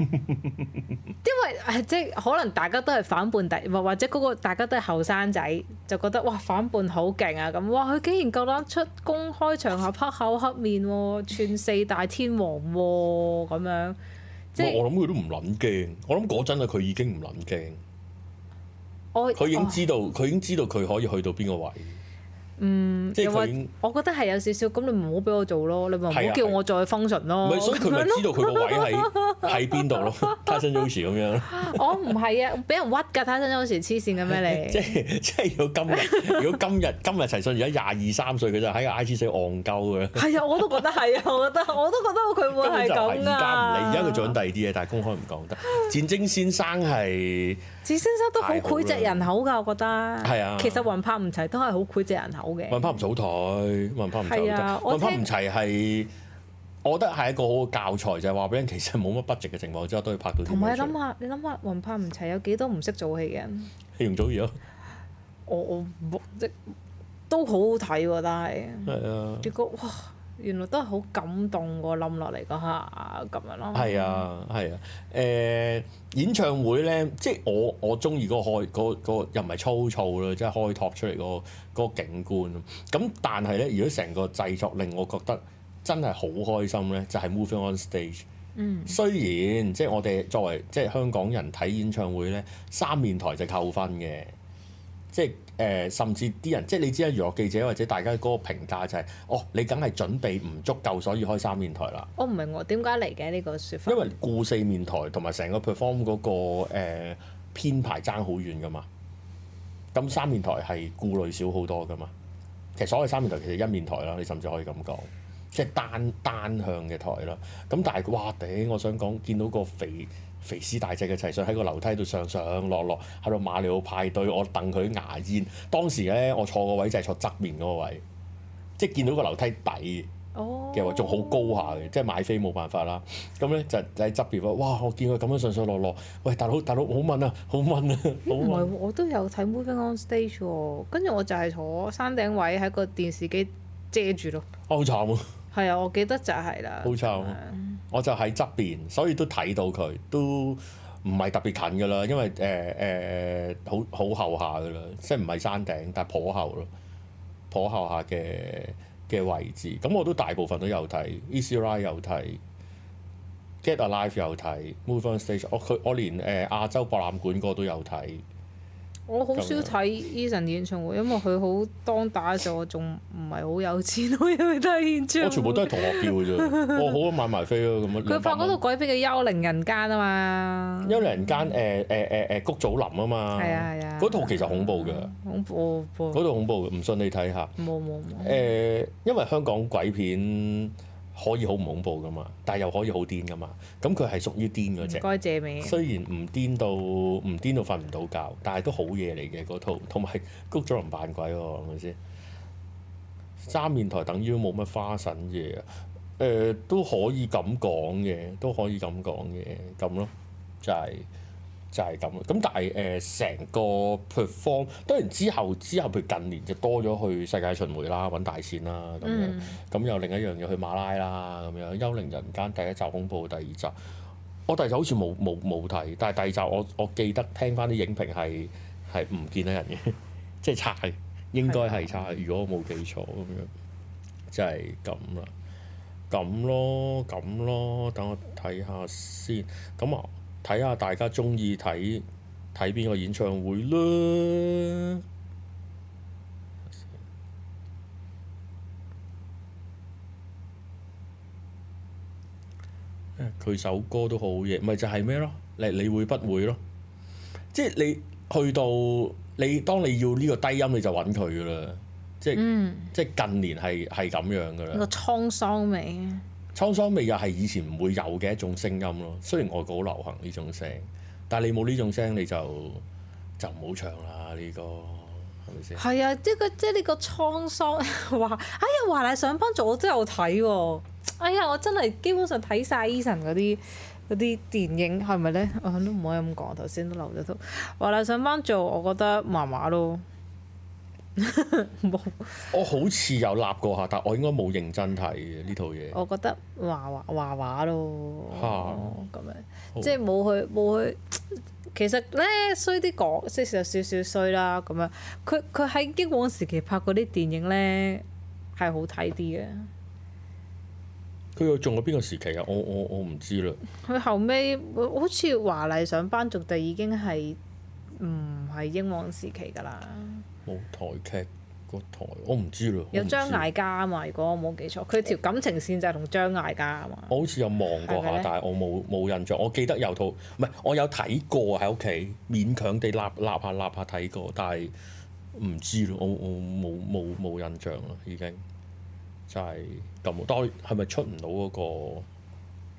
[SPEAKER 1] 因為唉即係可能大家都係反叛第，或或者嗰個大家都係後生仔，就覺得哇反叛好勁啊咁，哇佢竟然夠膽出公開場合黑口黑面喎、串四大天王喎、咁樣，即係
[SPEAKER 2] 我我諗佢都唔撚驚，我諗嗰陣啊佢已經唔撚驚，
[SPEAKER 1] 我
[SPEAKER 2] 佢已經
[SPEAKER 1] 哦
[SPEAKER 2] 知道佢已經知道佢可以去到邊個位，
[SPEAKER 1] 嗯，
[SPEAKER 2] 即係
[SPEAKER 1] 又或
[SPEAKER 2] 佢已經。
[SPEAKER 1] 我覺得係有少少，咁你唔好俾我做咯，你咪唔
[SPEAKER 2] 係啊
[SPEAKER 1] 好叫我再 function
[SPEAKER 2] 唔
[SPEAKER 1] 咯。
[SPEAKER 2] 係，所以佢咪
[SPEAKER 1] 哦咁樣咯
[SPEAKER 2] 知道佢個位喺喺邊度咯 t y s o n Yoshi 咁樣咯，
[SPEAKER 1] 我唔係啊，俾人屈㗎，睇真嗰時黐線嘅 咩
[SPEAKER 2] 即
[SPEAKER 1] 你？
[SPEAKER 2] 係即係如果今日，如果今日今日陳奕迅而家廿二三歲，佢就喺個 IG 死戇鳩嘅，
[SPEAKER 1] 係啊，我都覺得 係啊，我覺得我都覺得佢會
[SPEAKER 2] 根本
[SPEAKER 1] 係
[SPEAKER 2] 就係
[SPEAKER 1] 咁
[SPEAKER 2] 而
[SPEAKER 1] 㗎。
[SPEAKER 2] 家唔理，而家佢做緊第二啲嘢，但係公開唔 講得。戰精先生係
[SPEAKER 1] 子先生都好膾炙人口㗎，我覺得。係
[SPEAKER 2] 啊
[SPEAKER 1] 其實雲拍唔齊都係好膾炙人口嘅。
[SPEAKER 2] 文化唔草台，文化唔
[SPEAKER 1] 係
[SPEAKER 2] 齊
[SPEAKER 1] 啊
[SPEAKER 2] 好台，
[SPEAKER 1] 我
[SPEAKER 2] 文
[SPEAKER 1] 聽
[SPEAKER 2] 化唔齊係。我覺得係一個好嘅教材，就係話俾人其實冇乜 budget 嘅情況之下，都可以拍到啲
[SPEAKER 1] 同埋
[SPEAKER 2] 嘢
[SPEAKER 1] 你
[SPEAKER 2] 出
[SPEAKER 1] 諗
[SPEAKER 2] 嚟。
[SPEAKER 1] 下，你諗下雲拍唔齊有幾多唔識做戲嘅人？
[SPEAKER 2] 戲容祖兒咯，
[SPEAKER 1] 我我冇即都好好睇喎，但係
[SPEAKER 2] 係啊。
[SPEAKER 1] 結果哇，原來都係好感動喎，冧落嚟嗰下咁樣咯。
[SPEAKER 2] 係啊，係啊，誒、演唱會咧，即係我我中意嗰個開嗰、嗰個又唔係粗糙啦，即係開拓出嚟嗰、個嗰個景觀咯。咁但係咧，如果成個製作令我覺得真係好開心咧，就係、Moving on Stage。
[SPEAKER 1] 嗯，
[SPEAKER 2] 雖然即係我哋作為即係香港人睇演唱會咧，三面台就扣分嘅，即係誒、甚至啲人即係你知啦，娛樂記者或者大家嗰個評價就係、哦，你梗係準備唔足夠，所以開三面台啦。
[SPEAKER 1] 我唔明喎，點解嚟嘅呢個説法？
[SPEAKER 2] 因為顧四面台同埋成個 perform 嗰、個誒、呃、編排爭好遠噶嘛，咁三面台係顧慮少好多噶嘛。其實所謂三面台其實一面台啦，你甚至可以咁講，即係單單向嘅台啦。咁但係哇頂，我想講見到個肥肥屍大隻嘅齊上喺個樓梯度上上落落，喺度馬里奧派對，我瞪佢牙煙。當時咧我坐個位就係坐側面嗰個位，即係見到個樓梯底。
[SPEAKER 1] 哦，
[SPEAKER 2] 嘅話仲好高下嘅，即係買飛冇辦法啦。咁咧就就喺側邊話，哇！我見佢咁樣上上落落，喂，大佬大佬好問啊，好問啊， 好
[SPEAKER 1] 唔係喎，
[SPEAKER 2] 問。
[SPEAKER 1] 我都有睇 Moving on Stage 喎，跟住我就係坐山頂位喺個電視機遮住咯。
[SPEAKER 2] 啊好慘啊，
[SPEAKER 1] 係啊，我記得就係啦。
[SPEAKER 2] 好慘
[SPEAKER 1] 咁樣
[SPEAKER 2] 啊！我就喺側邊，所以都睇到佢，都唔係特別近噶啦，因為誒誒好好後下噶啦，即係唔係山頂，但係頗後咯，頗後下嘅嘅位置。咁我都大部分都有睇，Easy Ride 有睇。Get Alive 有睇，Move On Stage，我佢我連誒、呃、亞洲博覽館嗰個都有睇，
[SPEAKER 1] 我好少睇 Eason 演唱會，因為佢好當打嘅時候，我仲唔係好有錢可以去睇演唱會。
[SPEAKER 2] 我全部都係同學票嘅 啫，我好啊買埋飛咯咁樣。
[SPEAKER 1] 佢拍嗰套
[SPEAKER 2] 度
[SPEAKER 1] 改編嘅《幽靈人間》啊嘛。
[SPEAKER 2] 幽靈人間誒誒誒誒谷祖林啊嘛，
[SPEAKER 1] 係啊係啊嗯
[SPEAKER 2] 嗰套其實恐怖嘅，
[SPEAKER 1] 恐怖
[SPEAKER 2] 嗰套恐怖嘅，唔信你睇下。
[SPEAKER 1] 冇冇冇。
[SPEAKER 2] 誒，因為香港鬼片可以好唔恐怖噶嘛，但係又可以好癲噶嘛。咁佢係屬於癲嗰
[SPEAKER 1] 唔
[SPEAKER 2] 只。
[SPEAKER 1] 該借尾。
[SPEAKER 2] 雖然唔癲到唔癲到瞓唔到覺，但係都好嘢嚟嘅嗰套，同埋谷咗人扮鬼喎，係咪先？三面台等於冇乜花神嘢啊，誒、都可以咁講嘅，都可以咁講嘅，咁咯，就係、就係咁咯。咁但係誒成個 perform，當然之後之後譬如近年就多咗去世界巡迴啦，揾大錢啦咁樣。
[SPEAKER 1] 嗯，
[SPEAKER 2] 咁有另一樣嘢去馬拉啦，咁樣《幽靈人間》第一集恐怖，第二集我第二集好似冇冇冇睇，但係第二集我我記得聽翻啲影評係 係唔見得人嘅， 即係差嘅，應該係差嘅。如果我冇記錯咁樣，就係咁啦，咁咯，咁咯，等我睇下先。咁啊，睇下大家中意睇睇邊個演唱會啦。佢首歌都好嘢，咪就係咩咯？你你會不會咯？即係你去到你當你要呢個低音，你就揾佢噶啦。即係、即係近年係係咁樣噶
[SPEAKER 1] 個
[SPEAKER 2] 啦。
[SPEAKER 1] 滄桑味，
[SPEAKER 2] 滄桑味又係以前唔會有嘅一種聲音咯。雖然外國好流行呢種聲，但係你冇呢種聲你就就唔好唱啦呢、個係咪先？
[SPEAKER 1] 係啊！即係個即係呢個滄桑 話，哎呀華麗上班族我真係有睇喎，哎呀我真係基本上睇晒 Eason 嗰啲嗰啲電影係咪咧？ 我都唔可以咁講，頭先都漏咗套華麗上班族，我覺得麻麻咯，冇，
[SPEAKER 2] 我好似有立過下，但我應該冇認真睇嘅呢套嘢。
[SPEAKER 1] 我覺得華華華華咯，
[SPEAKER 2] 嚇
[SPEAKER 1] 咁樣。即係冇去冇去。其實咧衰啲講，即係有少少衰啦咁樣。佢佢喺英皇時期拍嗰啲電影咧係好睇啲嘅。
[SPEAKER 2] 佢又仲有邊個時期啊？我我我唔知啦。
[SPEAKER 1] 佢後尾好似華麗上班族就已經係唔係英皇時期㗎啦。
[SPEAKER 2] 舞台劇嗰台，我唔知咯。
[SPEAKER 1] 有
[SPEAKER 2] 我唔知
[SPEAKER 1] 張艾嘉啊嘛，如果我冇記錯，佢條感情線就係同張艾嘉啊嘛。
[SPEAKER 2] 我好似有望過
[SPEAKER 1] 係咪
[SPEAKER 2] 下
[SPEAKER 1] 咧，
[SPEAKER 2] 但係我冇冇印象。我記得有套，唔係我有睇過喺屋企，勉強地立立下立下睇過，但係唔知咯，我我冇冇冇印象啦，已經就係咁。但係係咪出唔到嗰個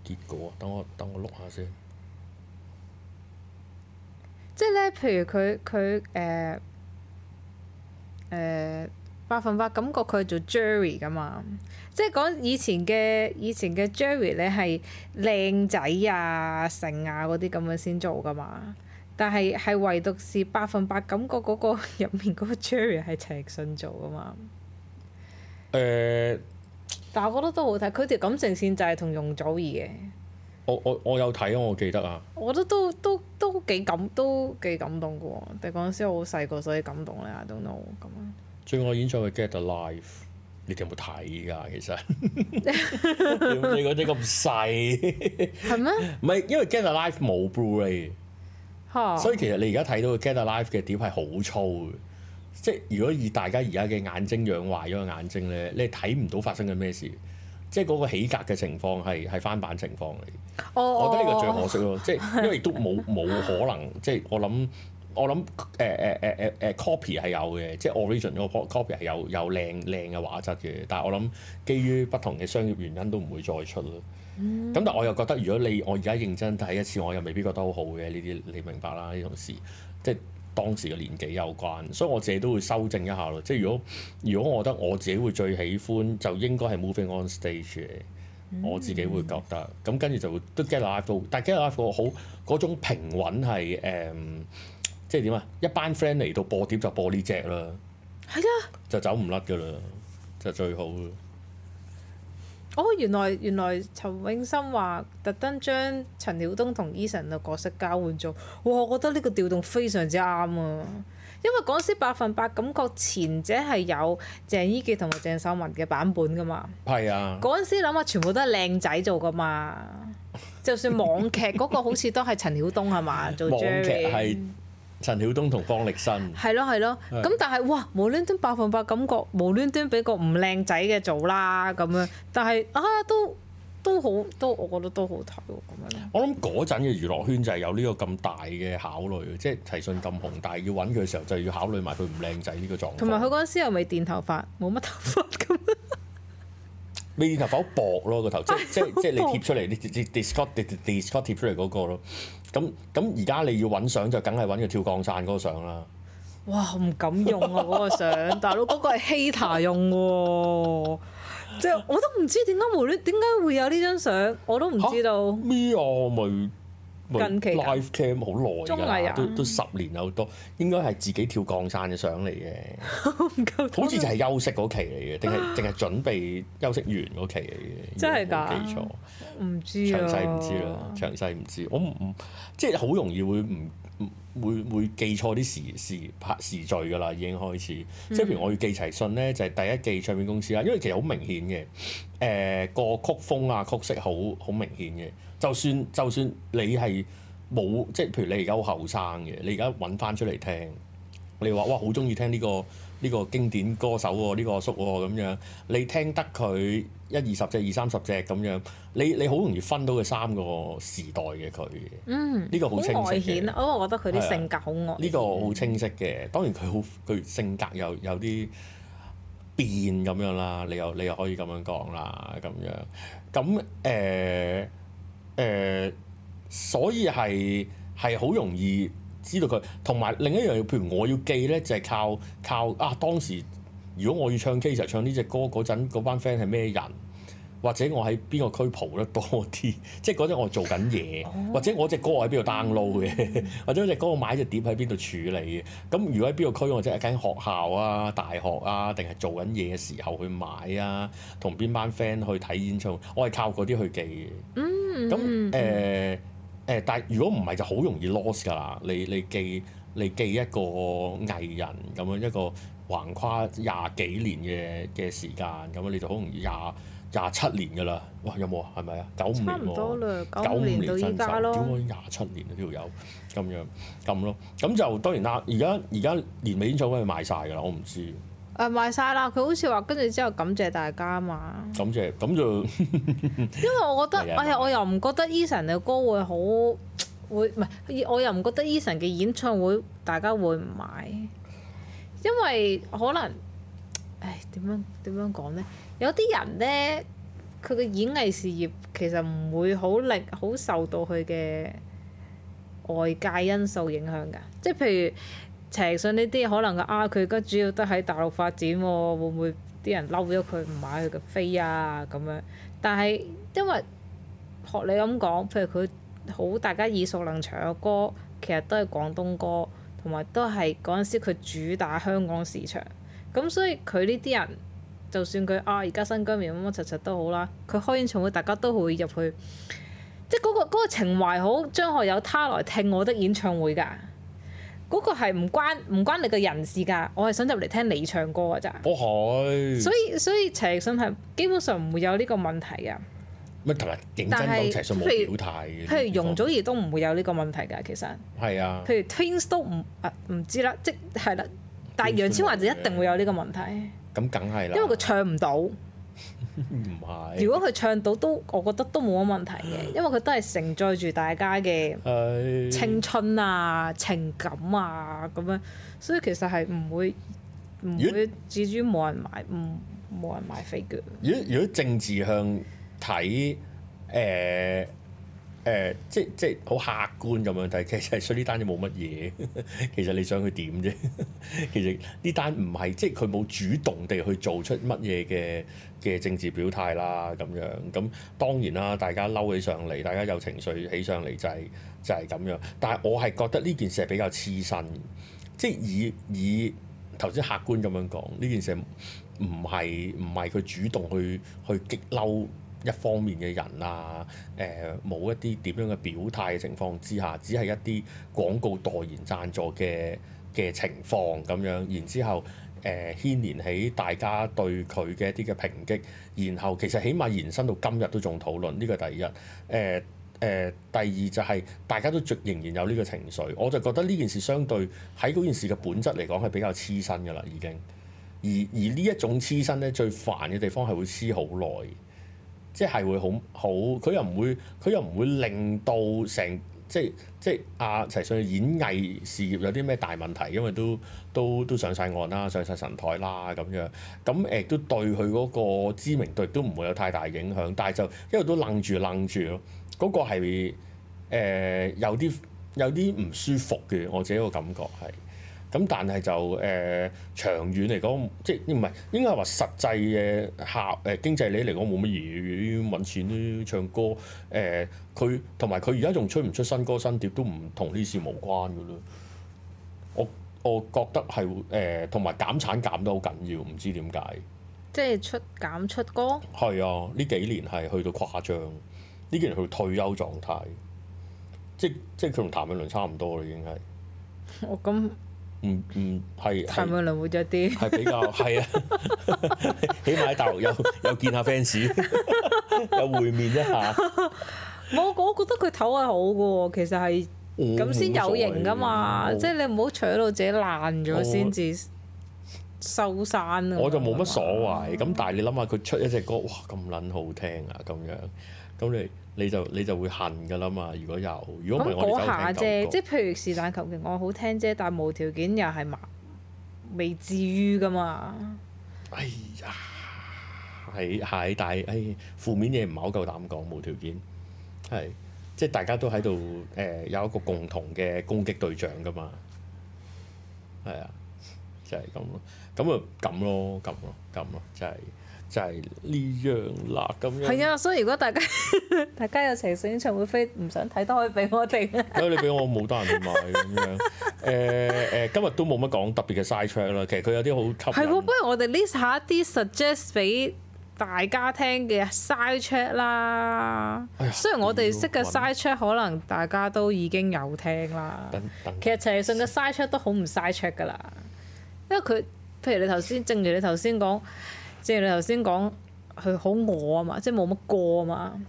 [SPEAKER 2] 結果啊？等我等我碌下先。
[SPEAKER 1] 即係咧，譬如佢佢誒誒百分百感覺佢做 Jerry 噶嘛，即係講以前嘅以前嘅 Jerry 咧係靚仔啊、成啊嗰啲咁樣先做噶嘛，但係係唯獨是百分百感覺嗰個入面嗰個 Jerry 係陳奕迅做噶嘛，
[SPEAKER 2] 誒、
[SPEAKER 1] 但係我覺得都好睇，佢條感情線就係同容祖兒嘅，
[SPEAKER 2] 我我我有睇啊，我記得啊。
[SPEAKER 1] 我覺得都都都幾感都幾感動嘅喎，但係嗰陣時我好細個所以感動咧，I don't know 咁樣。
[SPEAKER 2] 最愛演唱會《Get Alive》，你哋有冇睇㗎？ 其實 屌你嗰啲咁細，
[SPEAKER 1] 係咩？
[SPEAKER 2] 唔係因為《Get Alive》冇 Blu-ray，
[SPEAKER 1] 嚇！
[SPEAKER 2] 所以其實你而家睇到嘅《Get Alive》嘅碟係好粗嘅。即係如果以大家而家嘅眼睛養壞咗個眼睛咧，你係睇唔到發生緊咩事，即係嗰個起格嘅情況係係翻版情況嚟。
[SPEAKER 1] 哦
[SPEAKER 2] 我覺得呢個最可惜咯，即係因為亦都冇冇可能，即係我諗我諗誒誒誒誒誒 copy 係有嘅，即係 origin 嗰個 copy 係有有靚靚嘅畫質嘅，但係我諗基於不同嘅商業原因都唔會再出咯。咁、但係我又覺得，如果你我而家認真睇一次，我又未必覺得好好嘅呢啲，你明白啦呢種事，即係當時嘅年紀有關，所以我自己都會修正一下咯。即係如果如果我覺得我自己會最喜歡，就應該係 Moving on Stage 嘅。我自己會覺得，咁跟住就會都 get live 到，但 get live 個好嗰種平穩係誒、即係點啊？一班 friend 嚟到播碟就播呢只啦，
[SPEAKER 1] 係啊！
[SPEAKER 2] 就走唔甩噶啦，就最好啦。
[SPEAKER 1] 哦，原來原來陳永森話特登將陳曉東同 Eason 嘅角色交換咗，哇！我覺得呢個調動非常之啱啊！因為嗰時百分百感覺前者係有鄭伊健同埋鄭秀文嘅版本噶嘛，
[SPEAKER 2] 係啊，
[SPEAKER 1] 嗰陣時諗下全部都係靚仔做噶嘛，就算網劇嗰個好似都係陳曉東係嘛做
[SPEAKER 2] 網
[SPEAKER 1] Jerry
[SPEAKER 2] 劇係陳曉東同方力申，
[SPEAKER 1] 係咯係咯，
[SPEAKER 2] 係
[SPEAKER 1] 咁但係哇，無端端百分百感覺，無端端俾個唔靚仔嘅做啦咁樣，但係啊都都好都我覺得都好睇喎咁樣。
[SPEAKER 2] 我諗嗰陣嘅娛樂圈就係有呢個咁大嘅考慮，即係提信咁紅，但係要揾佢嘅時候就要考慮埋佢唔靚仔呢個狀況。
[SPEAKER 1] 同埋佢嗰陣時又未電頭髮，冇乜頭髮咁，
[SPEAKER 2] 唔你頭髮好薄咯個頭，即即即係你貼出嚟，你 Discord Discord 貼出嚟嗰個咯。咁咁而家你要揾相就梗係揾個跳降傘嗰個相啦。
[SPEAKER 1] 哇！唔敢用啊，嗰、個相，大佬嗰個係 hater 用喎、即係 我都唔知點解無端點解會有呢張相，我都唔知道。
[SPEAKER 2] 咩啊？我咪咪
[SPEAKER 1] 近期㗎
[SPEAKER 2] live cam 好
[SPEAKER 1] 綜
[SPEAKER 2] 耐
[SPEAKER 1] 藝啊
[SPEAKER 2] 㗎，都都十年有多，應該係自己跳降傘嘅相嚟嘅，
[SPEAKER 1] 唔夠膽
[SPEAKER 2] 好似就係休息嗰期嚟嘅，定係定係準備休息完嗰期嚟嘅，
[SPEAKER 1] 嗯真係
[SPEAKER 2] 如果冇
[SPEAKER 1] 㗎
[SPEAKER 2] 記錯。
[SPEAKER 1] 唔知啊，
[SPEAKER 2] 詳細唔知啦，詳細唔知，我唔唔即係好容易會唔唔會會記錯啲時時拍時序㗎啦，已經開始。
[SPEAKER 1] 嗯
[SPEAKER 2] 即係譬如我要記齊信咧，就係、第一記唱片公司啦，因為其實好明顯嘅，誒、個曲風啊曲式好好明顯嘅。就算就算你係冇即係譬如你而家好後生嘅，你而家揾翻出嚟聽，你話哇好中意聽呢、個。呢個經典歌手喎、呢、個阿叔喎咁樣，你聽得佢一二十隻、二三十隻咁樣，你你好容易分到佢三個時代嘅佢，
[SPEAKER 1] 嗯，
[SPEAKER 2] 呢個好清晰嘅
[SPEAKER 1] 外顯啊，因為我覺得佢啲性格好外
[SPEAKER 2] 呢、個好清晰嘅。當然佢好佢性格又有啲變咁樣啦，你又你又可以咁樣講啦，咁樣咁誒誒，所以係係好容易知道佢。同埋另一樣嘢，譬如我要記咧，就係、靠靠啊當時如果我要唱 K 時候唱呢只歌嗰陣，嗰班 friend 係咩人？或者我喺邊個區蒲得多啲， 即係嗰陣我做緊嘢，或者我只歌我喺邊度 download 嘅， 或者我只歌我買只碟喺邊度處理嘅。咁如果喺邊個區，我即係喺學校啊、大學啊，定係做緊嘢嘅時候去買啊，同邊班 friend 去睇演唱會，我係靠嗰啲去記嘅。
[SPEAKER 1] 嗯
[SPEAKER 2] 咁誒誒，但係如果唔係就好容易 loss 㗎啦。你你記你記一個藝人咁樣一個橫跨廿幾年嘅嘅時間咁樣，你就好容易廿廿七年㗎啦。哇，有冇啊？係咪啊？九五年
[SPEAKER 1] 差唔多
[SPEAKER 2] 喎。
[SPEAKER 1] 啦，九
[SPEAKER 2] 九
[SPEAKER 1] 五
[SPEAKER 2] 五
[SPEAKER 1] 年
[SPEAKER 2] 年
[SPEAKER 1] 到依
[SPEAKER 2] 新手，
[SPEAKER 1] 家咯
[SPEAKER 2] 屌，我已經廿七年啦條友，咁樣咁咯，咁就當然啦。而家而家年尾演唱會係賣晒㗎啦，我唔知。
[SPEAKER 1] 誒啊賣晒啦！佢好似話跟住之後感謝大家嘛，
[SPEAKER 2] 咁就咁就
[SPEAKER 1] 因為我覺
[SPEAKER 2] 係
[SPEAKER 1] 得，
[SPEAKER 2] 啊
[SPEAKER 1] 哎呀，我又唔覺得 Eason 嘅歌會好會唔係，我又唔覺得 Eason 嘅演唱會大家會唔買，因為可能，唉點樣點樣講呢？有啲人呢，佢嘅演藝事業其實唔會好力好受到佢嘅外界因素影響㗎，即係譬如陳奕迅呢啲，可能啊佢而家主要都喺大陸發展喎，會唔會啲人嬲咗佢唔買佢嘅飛啊咁樣？但係因為學你咁講，譬如佢好大家耳熟能詳嘅歌，其實都係廣東歌，同埋都係嗰陣時佢主打香港市場。咁所以佢呢啲人，就算佢啊而家新疆棉乜乜柒柒都好啦，佢開演唱會大家都會入去，即係嗰、個嗰、個情懷好。張學友他來聽我的演唱會㗎，嗰、個係唔關唔關你個人事㗎，我係想入嚟聽你唱歌㗎咋。
[SPEAKER 2] 我海。
[SPEAKER 1] 所以所以陳奕迅係基本上唔會有呢個問題㗎。
[SPEAKER 2] 乜同埋認真
[SPEAKER 1] 但
[SPEAKER 2] 到
[SPEAKER 1] 係
[SPEAKER 2] 齊信冇
[SPEAKER 1] 譬如
[SPEAKER 2] 表態嘅呢
[SPEAKER 1] 譬如
[SPEAKER 2] 啲地
[SPEAKER 1] 容
[SPEAKER 2] 方
[SPEAKER 1] 祖兒都唔會有呢個問題㗎，其實，
[SPEAKER 2] 係啊，
[SPEAKER 1] 譬如 Twins 都唔啊唔知啦，即係啦，但係
[SPEAKER 2] Twins
[SPEAKER 1] 楊千嬅就
[SPEAKER 2] 都冇
[SPEAKER 1] 一
[SPEAKER 2] 嘅
[SPEAKER 1] 定會有呢個問題，
[SPEAKER 2] 咁梗係啦，
[SPEAKER 1] 因為佢唱唔到。
[SPEAKER 2] 唔係，
[SPEAKER 1] 如果佢唱到都，我覺得都冇乜問題嘅，
[SPEAKER 2] 啊
[SPEAKER 1] 因為佢都係承載住大家嘅
[SPEAKER 2] 係
[SPEAKER 1] 青春啊、情感啊咁樣，所以其實係唔會唔
[SPEAKER 2] 如果
[SPEAKER 1] 會至於冇人買，唔冇人買飛嘅。
[SPEAKER 2] 如果如果政治向睇，誒誒，即即好客觀咁樣睇， 其實所以呢單嘢冇乜嘢。 其實你想佢點啫？ 其實呢單唔係即係佢冇主動地去做出乜嘢嘅嘅政治表態啦，咁樣咁當然啦，大家嬲起上嚟，大家有情緒起上嚟就係、就係、咁樣。但係我係覺得呢件事係比較黐身，即係以以頭先客觀咁樣講，呢件事唔係唔係佢主動去去激嬲。一方面嘅人啊，誒、冇一啲點樣嘅表態嘅情況之下，只係一啲廣告代言贊助嘅嘅情況咁樣，然之後誒、呃、牽連起大家對佢嘅一啲嘅抨擊，然後其實起碼延伸到今日都仲討論，呢個第一。誒、誒、第二就係大家都仲仍然有呢個情緒，我就覺得呢件事相對喺嗰件事嘅本質嚟講係比較黐身㗎啦，已經。而而呢一種黐身咧，最煩嘅地方係會黐好耐，即係會好好，佢又唔會佢又唔會令到成即係即係啊阿齊信嘅演藝事業有啲咩大問題，因為都都都上晒岸啦，上晒神台啦咁樣，咁誒都對佢嗰個知名度亦都唔會有太大影響，但係就一路都楞住楞住咯，嗰、個係、呃、有啲有啲唔舒服嘅，我自己個感覺係。咁但係就誒、呃、長遠嚟講，即係唔係應該係話實際嘅效誒經濟利益嚟講冇乜嘢，揾錢啦，唱歌誒佢同埋佢而家仲出唔出新歌新碟都唔同呢事無關噶啦。我我覺得係會誒同埋減產減得好緊要，唔知點解
[SPEAKER 1] 即係出減出歌，
[SPEAKER 2] 係啊？呢幾年係去到誇張，呢幾年去到退休狀態，即即係佢同譚詠麟差唔多啦，已經係
[SPEAKER 1] 我咁
[SPEAKER 2] 唔唔係係
[SPEAKER 1] 譚詠麟會咗啲。
[SPEAKER 2] 係比 較係啊，起碼喺大陸有有見下 fans，有 會面一下，
[SPEAKER 1] 冇，我覺得佢唞係好嘅喎，其實係
[SPEAKER 2] 嗯
[SPEAKER 1] 咁先有型噶嘛，
[SPEAKER 2] 我
[SPEAKER 1] 即係你唔好扯到自己爛咗先至收山啊咁樣㗎嘛
[SPEAKER 2] 我就冇乜所謂。
[SPEAKER 1] 嗯
[SPEAKER 2] 咁但係你諗下佢出一隻歌，哇咁撚好聽啊咁樣，咁你你就你就會恨㗎啦嘛。如果有，如果唔
[SPEAKER 1] 咁
[SPEAKER 2] 係我哋
[SPEAKER 1] 嗰
[SPEAKER 2] 走
[SPEAKER 1] 下啫，即
[SPEAKER 2] 係
[SPEAKER 1] 係譬如是但求其我好聽啫，但係無條件又係麻未至於噶嘛。
[SPEAKER 2] 哎呀，係係，但係哎負面嘢唔係好夠膽講，無條件係即係大家都喺度
[SPEAKER 1] 嗯
[SPEAKER 2] 誒有一個共同嘅攻擊對象㗎嘛。係啊，就係咁咯。咁啊咁咯，咁咯，咁咯，就係、就係、呢樣啦，咁樣。
[SPEAKER 1] 係啊，所以如果大家 大家有情緒演唱會飛唔想睇都可以俾我哋。啊
[SPEAKER 2] 所以你俾我冇得人去買咁樣。誒誒、今日都冇乜講特別嘅 side track 啦。其實佢有啲好吸
[SPEAKER 1] 係喎，
[SPEAKER 2] 引。
[SPEAKER 1] 不如我哋 list 下一啲 suggest 俾大家聽嘅 side track 啦
[SPEAKER 2] 哎呀。
[SPEAKER 1] 雖然我哋識嘅
[SPEAKER 2] 要揾
[SPEAKER 1] side track 可能大家都已經有聽啦。
[SPEAKER 2] 等等，
[SPEAKER 1] 其實陳奕迅嘅 side check 都好唔 side check 噶啦，因為佢譬如你頭先，正如你頭先講，正如你頭先講，佢好餓啊嘛，即係冇乜歌啊嘛，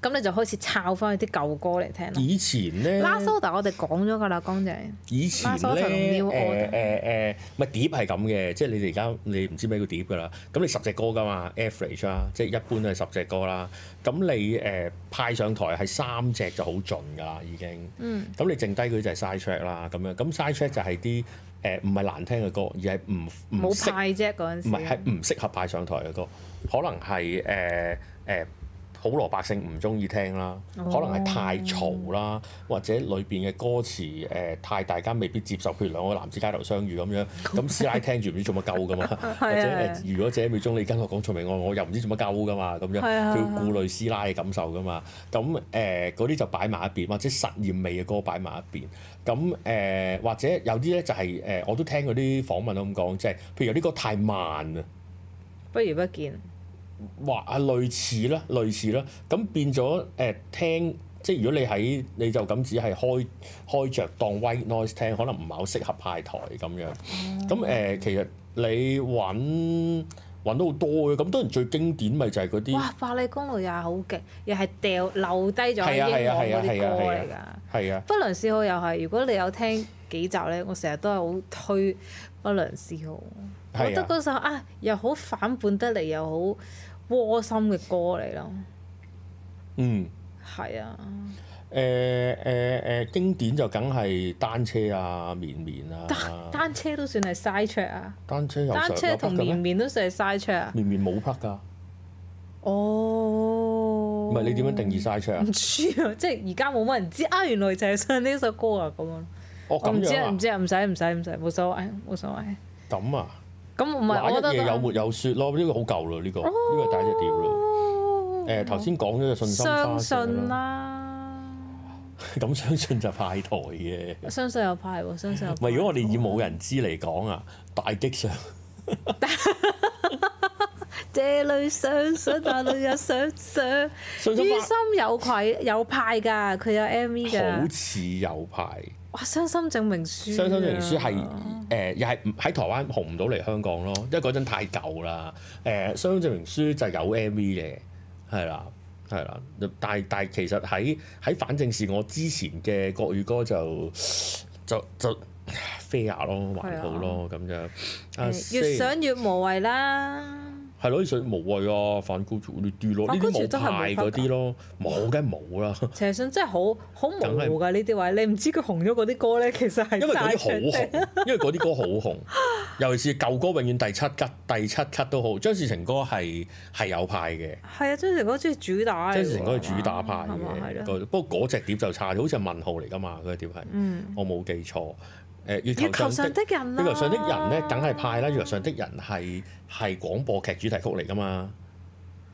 [SPEAKER 1] 咁你就開始抄翻佢啲舊歌嚟聽咯。
[SPEAKER 2] 以前咧，
[SPEAKER 1] 拉蘇達我哋講咗噶啦，江仔，
[SPEAKER 2] 以前
[SPEAKER 1] 拉手就用
[SPEAKER 2] 咧，誒
[SPEAKER 1] new
[SPEAKER 2] 誒
[SPEAKER 1] order
[SPEAKER 2] 誒，咪碟係咁嘅，即係你哋而家你唔知咩叫碟㗎啦。咁你十隻歌㗎嘛，average 啦，即係一般都係十隻歌啦。咁你誒、派上台係三隻就好盡㗎啦，已經。
[SPEAKER 1] 嗯。
[SPEAKER 2] 咁你剩低佢就係 side track 啦，咁樣。咁 side track 就係啲誒唔係難聽嘅歌，而係唔唔
[SPEAKER 1] 冇
[SPEAKER 2] 識
[SPEAKER 1] 派啫嗰陣時
[SPEAKER 2] 唔，係係唔適合派上台嘅歌，可能係誒誒普羅百姓唔中意聽啦，
[SPEAKER 1] 哦
[SPEAKER 2] 可能係太嘈啦，或者裏邊嘅歌詞誒、呃太大家未必接受，譬如兩個男子街頭相遇咁 樣，咁師奶聽住唔知做乜鳩噶嘛，或者
[SPEAKER 1] 係啊
[SPEAKER 2] 誒如果姐秒鐘你跟我講《秦明愛我》，又唔知做乜鳩噶嘛，咁樣
[SPEAKER 1] 係啊
[SPEAKER 2] 佢顧慮師奶嘅感受噶嘛，咁誒嗰啲就擺埋一邊，或者實驗味嘅歌擺埋一邊。咁誒、呃或者有啲咧就係、呃我都聽嗰啲訪問都咁講，即係譬如有啲歌太慢啊，
[SPEAKER 1] 不如不見。
[SPEAKER 2] 哇啊類似啦，類似啦，咁變咗誒、呃、聽，即係如果你喺你就咁只係開開著當 white noise 聽，可能唔係好適合派台咁樣。
[SPEAKER 1] 嗯
[SPEAKER 2] 咁誒、呃其實你揾揾到好多嘅，咁當然最經典咪就係嗰啲
[SPEAKER 1] 哇！百利公路又係好勁，又係掉留低咗喺
[SPEAKER 2] 係啊係
[SPEAKER 1] 英
[SPEAKER 2] 啊
[SPEAKER 1] 皇
[SPEAKER 2] 係啊
[SPEAKER 1] 嗰
[SPEAKER 2] 係
[SPEAKER 1] 啲
[SPEAKER 2] 啊
[SPEAKER 1] 歌嚟
[SPEAKER 2] 係
[SPEAKER 1] 㗎。
[SPEAKER 2] 係啊。
[SPEAKER 1] 不良嗜好又係，如果你有聽幾集咧，我成日都係好推不良嗜好。
[SPEAKER 2] 係啊
[SPEAKER 1] 我覺得嗰首啊，又好反叛得嚟，又好窩心嘅歌嚟咯。
[SPEAKER 2] 嗯，
[SPEAKER 1] 係啊，
[SPEAKER 2] 誒誒誒，經典就梗係單車啊、綿綿啊，
[SPEAKER 1] 單單車都算係 side track 啊，
[SPEAKER 2] 單車有上
[SPEAKER 1] 單車
[SPEAKER 2] 有
[SPEAKER 1] 同
[SPEAKER 2] plug 嘅咩
[SPEAKER 1] 綿綿都算係 side track 啊。
[SPEAKER 2] 綿綿冇 plug 㗎，
[SPEAKER 1] 哦，
[SPEAKER 2] 唔係你點樣定義晒出啊
[SPEAKER 1] 唔？知啊， 即係而家冇乜人知啊，原來就係唱呢首歌啊咁樣。
[SPEAKER 2] 哦
[SPEAKER 1] 我
[SPEAKER 2] 咁
[SPEAKER 1] 唔知
[SPEAKER 2] 樣
[SPEAKER 1] 啊，
[SPEAKER 2] 啊
[SPEAKER 1] 唔，知啊，唔使唔使唔使，冇所謂，冇所謂。
[SPEAKER 2] 咁啊，
[SPEAKER 1] 咁唔係，
[SPEAKER 2] 嗱
[SPEAKER 1] 我覺得
[SPEAKER 2] 一
[SPEAKER 1] 都
[SPEAKER 2] 夜有
[SPEAKER 1] 係哦
[SPEAKER 2] 沒有雪咯？呢個好舊啦，呢個呢個係第一隻碟啦。誒頭先講咗就信心花
[SPEAKER 1] 相
[SPEAKER 2] 社
[SPEAKER 1] 信
[SPEAKER 2] 啦，
[SPEAKER 1] 啦，
[SPEAKER 2] 咁相信就派台嘅。
[SPEAKER 1] 相信有派喎，相信有派。
[SPEAKER 2] 唔係如果我哋以冇人知嚟講啊，大激上
[SPEAKER 1] 這裏相信，那裏有想想，
[SPEAKER 2] 信
[SPEAKER 1] 於
[SPEAKER 2] 心花
[SPEAKER 1] 心有愧有派㗎，佢有 M V
[SPEAKER 2] 好
[SPEAKER 1] 㗎。
[SPEAKER 2] 似有派，
[SPEAKER 1] 哇，傷心證明書、啊。
[SPEAKER 2] 相信證書係誒又係唔喺台灣紅唔到嚟香港咯，因為嗰陣太舊啦。誒相信證明書就有 MV 嘅，係啦。係啦，但係但係其實喺喺反正是我之前嘅國語歌就就就 fair 咯，還好咯咁樣。啊
[SPEAKER 1] 誒越想越無謂啦。
[SPEAKER 2] 係咯，其實無謂啊，反高潮呢啲咯，呢
[SPEAKER 1] 反
[SPEAKER 2] 啲
[SPEAKER 1] 高潮
[SPEAKER 2] 冇
[SPEAKER 1] 真係冇
[SPEAKER 2] 派嗰啲咯，冇梗係冇啦，
[SPEAKER 1] 陳奕迅真係好好模
[SPEAKER 2] 梗係
[SPEAKER 1] 糊㗎呢啲位，你唔知佢紅咗嗰啲歌咧，其實係
[SPEAKER 2] 因為嗰
[SPEAKER 1] 曬
[SPEAKER 2] 啲好
[SPEAKER 1] 場
[SPEAKER 2] 紅，因為嗰啲歌好紅，尤其是舊歌永遠第七級、第七級都好，張士誠歌係係有派嘅。
[SPEAKER 1] 係啊，張成嗰中意主打嚟㗎
[SPEAKER 2] 張
[SPEAKER 1] 嘛，
[SPEAKER 2] 士誠嗰係主打派
[SPEAKER 1] 係嘛係
[SPEAKER 2] 嘅，
[SPEAKER 1] 咯，
[SPEAKER 2] 嗰不過嗰隻碟就差咗，好似係問號嚟㗎嘛，嗰隻碟係，
[SPEAKER 1] 嗯，
[SPEAKER 2] 我冇記錯。誒，月
[SPEAKER 1] 月球
[SPEAKER 2] 球上
[SPEAKER 1] 上
[SPEAKER 2] 的
[SPEAKER 1] 的人啊啦，
[SPEAKER 2] 月球上的人咧，梗係派啦，月球上的人係係廣播劇主題曲嚟㗎嘛，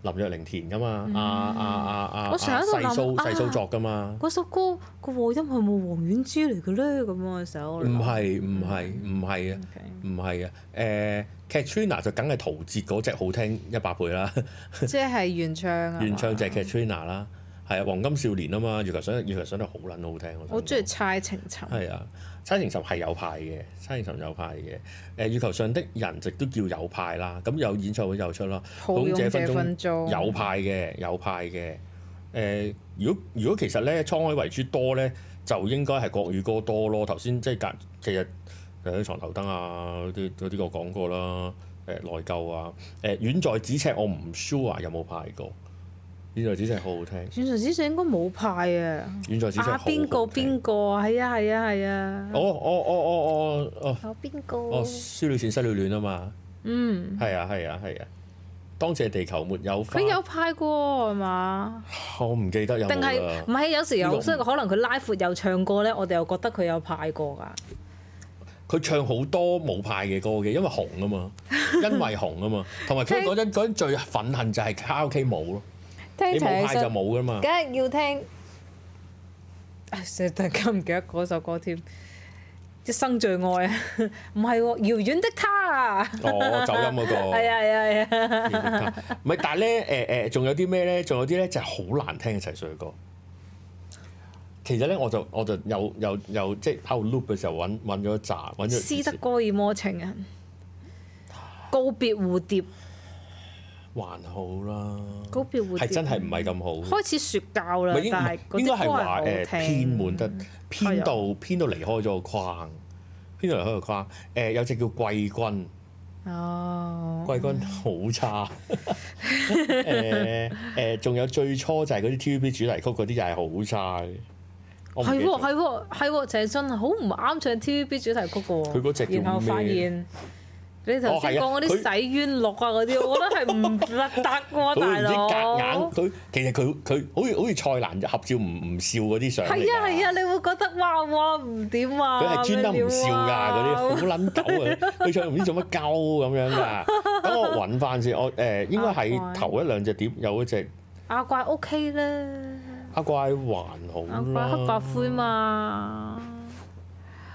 [SPEAKER 2] 林若寧填㗎嘛，啊啊啊啊，
[SPEAKER 1] 我成日
[SPEAKER 2] 啊
[SPEAKER 1] 喺
[SPEAKER 2] 細蘇
[SPEAKER 1] 度諗啊
[SPEAKER 2] 細蘇作㗎嘛。
[SPEAKER 1] 嗰首歌個和音係冇黃婉珠嚟嘅咧，咁嘅時候我
[SPEAKER 2] 唔
[SPEAKER 1] 諗
[SPEAKER 2] 係唔係唔係啊！
[SPEAKER 1] OK
[SPEAKER 2] 唔係啊，誒 Katrina 就梗係陶喆嗰隻好聽一百倍啦，
[SPEAKER 1] 即係原唱啊嘛，
[SPEAKER 2] 原唱就係 Katrina 啦，係啊，黃金少年啊嘛，月球上月球上得好撚好聽，我想
[SPEAKER 1] 我中意
[SPEAKER 2] 講
[SPEAKER 1] 猜情尋，
[SPEAKER 2] 係啊，差情尋係有派嘅，差情尋有派嘅，誒月球上的人亦都叫有派啦，咁有演唱會又出啦，
[SPEAKER 1] 抱擁這分鐘
[SPEAKER 2] 有派嘅有派嘅，誒、如果如果其實咧滄海遺珠多咧，就應該係國語歌多咯。頭先即係隔其實誒床頭燈啊嗰啲嗰啲我講過啦，誒、內疚啊，誒、遠在咫尺我唔 sure 啊有冇派過，遠在咫尺好好聽，
[SPEAKER 1] 原神之上應該冇派啊，
[SPEAKER 2] 遠在咫尺好
[SPEAKER 1] 啊
[SPEAKER 2] 好
[SPEAKER 1] 邊個邊
[SPEAKER 2] 聽？
[SPEAKER 1] 個啊，係啊係啊係啊，
[SPEAKER 2] 哦哦哦哦哦哦
[SPEAKER 1] 有邊
[SPEAKER 2] 哦，
[SPEAKER 1] 個？
[SPEAKER 2] 輸了錢失了戀啊嘛，
[SPEAKER 1] 嗯，
[SPEAKER 2] 係啊係啊係啊，當謝地球沒有花
[SPEAKER 1] 佢，有派過係嘛？
[SPEAKER 2] 我唔記得有冇
[SPEAKER 1] 定係
[SPEAKER 2] 啦
[SPEAKER 1] 唔。係有時
[SPEAKER 2] 呢個
[SPEAKER 1] 有，
[SPEAKER 2] 唔
[SPEAKER 1] 所以可能佢拉闊又唱歌咧，我哋又覺得佢有派過㗎。
[SPEAKER 2] 佢唱好多冇派嘅歌嘅，因為紅啊 嘛，因為紅啊嘛，同埋佢嗰陣嗰陣最憤恨就係卡拉 OK 冇咯，你
[SPEAKER 1] 聽啊
[SPEAKER 2] 冇派就冇噶嘛
[SPEAKER 1] 梗，係要聽。唉成日突然間唔記得嗰首歌添，《一生最愛》啊， 唔係喎，《遙遠的他》啊，
[SPEAKER 2] 哦走音嗰個，
[SPEAKER 1] 係啊係啊係啊，
[SPEAKER 2] 唔係，但係咧誒誒，仲有啲咩咧？仲有啲咧就係好難聽嘅齊水嘅歌。其實咧，我就我就有有有即係喺度 loop 嘅時候揾揾咗一紮，揾咗
[SPEAKER 1] 斯德哥爾摩情人，告別蝴蝶，
[SPEAKER 2] 還好啦，
[SPEAKER 1] 告別蝴蝶
[SPEAKER 2] 係真係唔係咁好。
[SPEAKER 1] 開始説教啦
[SPEAKER 2] 唔係，應
[SPEAKER 1] 但係
[SPEAKER 2] 應
[SPEAKER 1] 嗰
[SPEAKER 2] 該
[SPEAKER 1] 啲
[SPEAKER 2] 係
[SPEAKER 1] 歌
[SPEAKER 2] 話
[SPEAKER 1] 係
[SPEAKER 2] 誒
[SPEAKER 1] 好
[SPEAKER 2] 偏
[SPEAKER 1] 聽。嗯啊
[SPEAKER 2] 滿得偏到偏到離開咗個框，偏到離開個框。誒有隻叫貴君。
[SPEAKER 1] 哦，
[SPEAKER 2] 季軍好差， 誒誒，仲有最初就係嗰啲 TVB 主題曲嗰啲又係好差嘅。我唔
[SPEAKER 1] 係
[SPEAKER 2] 記得
[SPEAKER 1] 喎
[SPEAKER 2] 咗
[SPEAKER 1] 係喎係喎，陳奕迅好唔啱唱 TVB 主題曲嘅喎。
[SPEAKER 2] 佢嗰隻叫咩
[SPEAKER 1] 然後發現你頭先
[SPEAKER 2] 哦
[SPEAKER 1] 講嗰
[SPEAKER 2] 係啊
[SPEAKER 1] 啲洗冤錄啊嗰啲，我覺得係唔得喎，
[SPEAKER 2] 佢
[SPEAKER 1] 大
[SPEAKER 2] 唔知夾
[SPEAKER 1] 佬
[SPEAKER 2] 硬，。佢其實佢佢好似好似蔡瀾合照唔唔笑嗰啲相嚟㗎
[SPEAKER 1] 係啊係啊，，你會覺得哇哇唔點啊！
[SPEAKER 2] 佢係專登唔笑㗎嗰啲，好
[SPEAKER 1] 啲。
[SPEAKER 2] 撚狗 啊！佢唱唔知做乜鳩咁樣㗎。等我揾翻先， 我誒應該
[SPEAKER 1] 阿
[SPEAKER 2] 係
[SPEAKER 1] 怪
[SPEAKER 2] 頭一兩隻碟有一隻
[SPEAKER 1] 阿啊怪 OK 啦，
[SPEAKER 2] 阿怪還好
[SPEAKER 1] 阿
[SPEAKER 2] 啦，
[SPEAKER 1] 怪啊黑白灰嘛，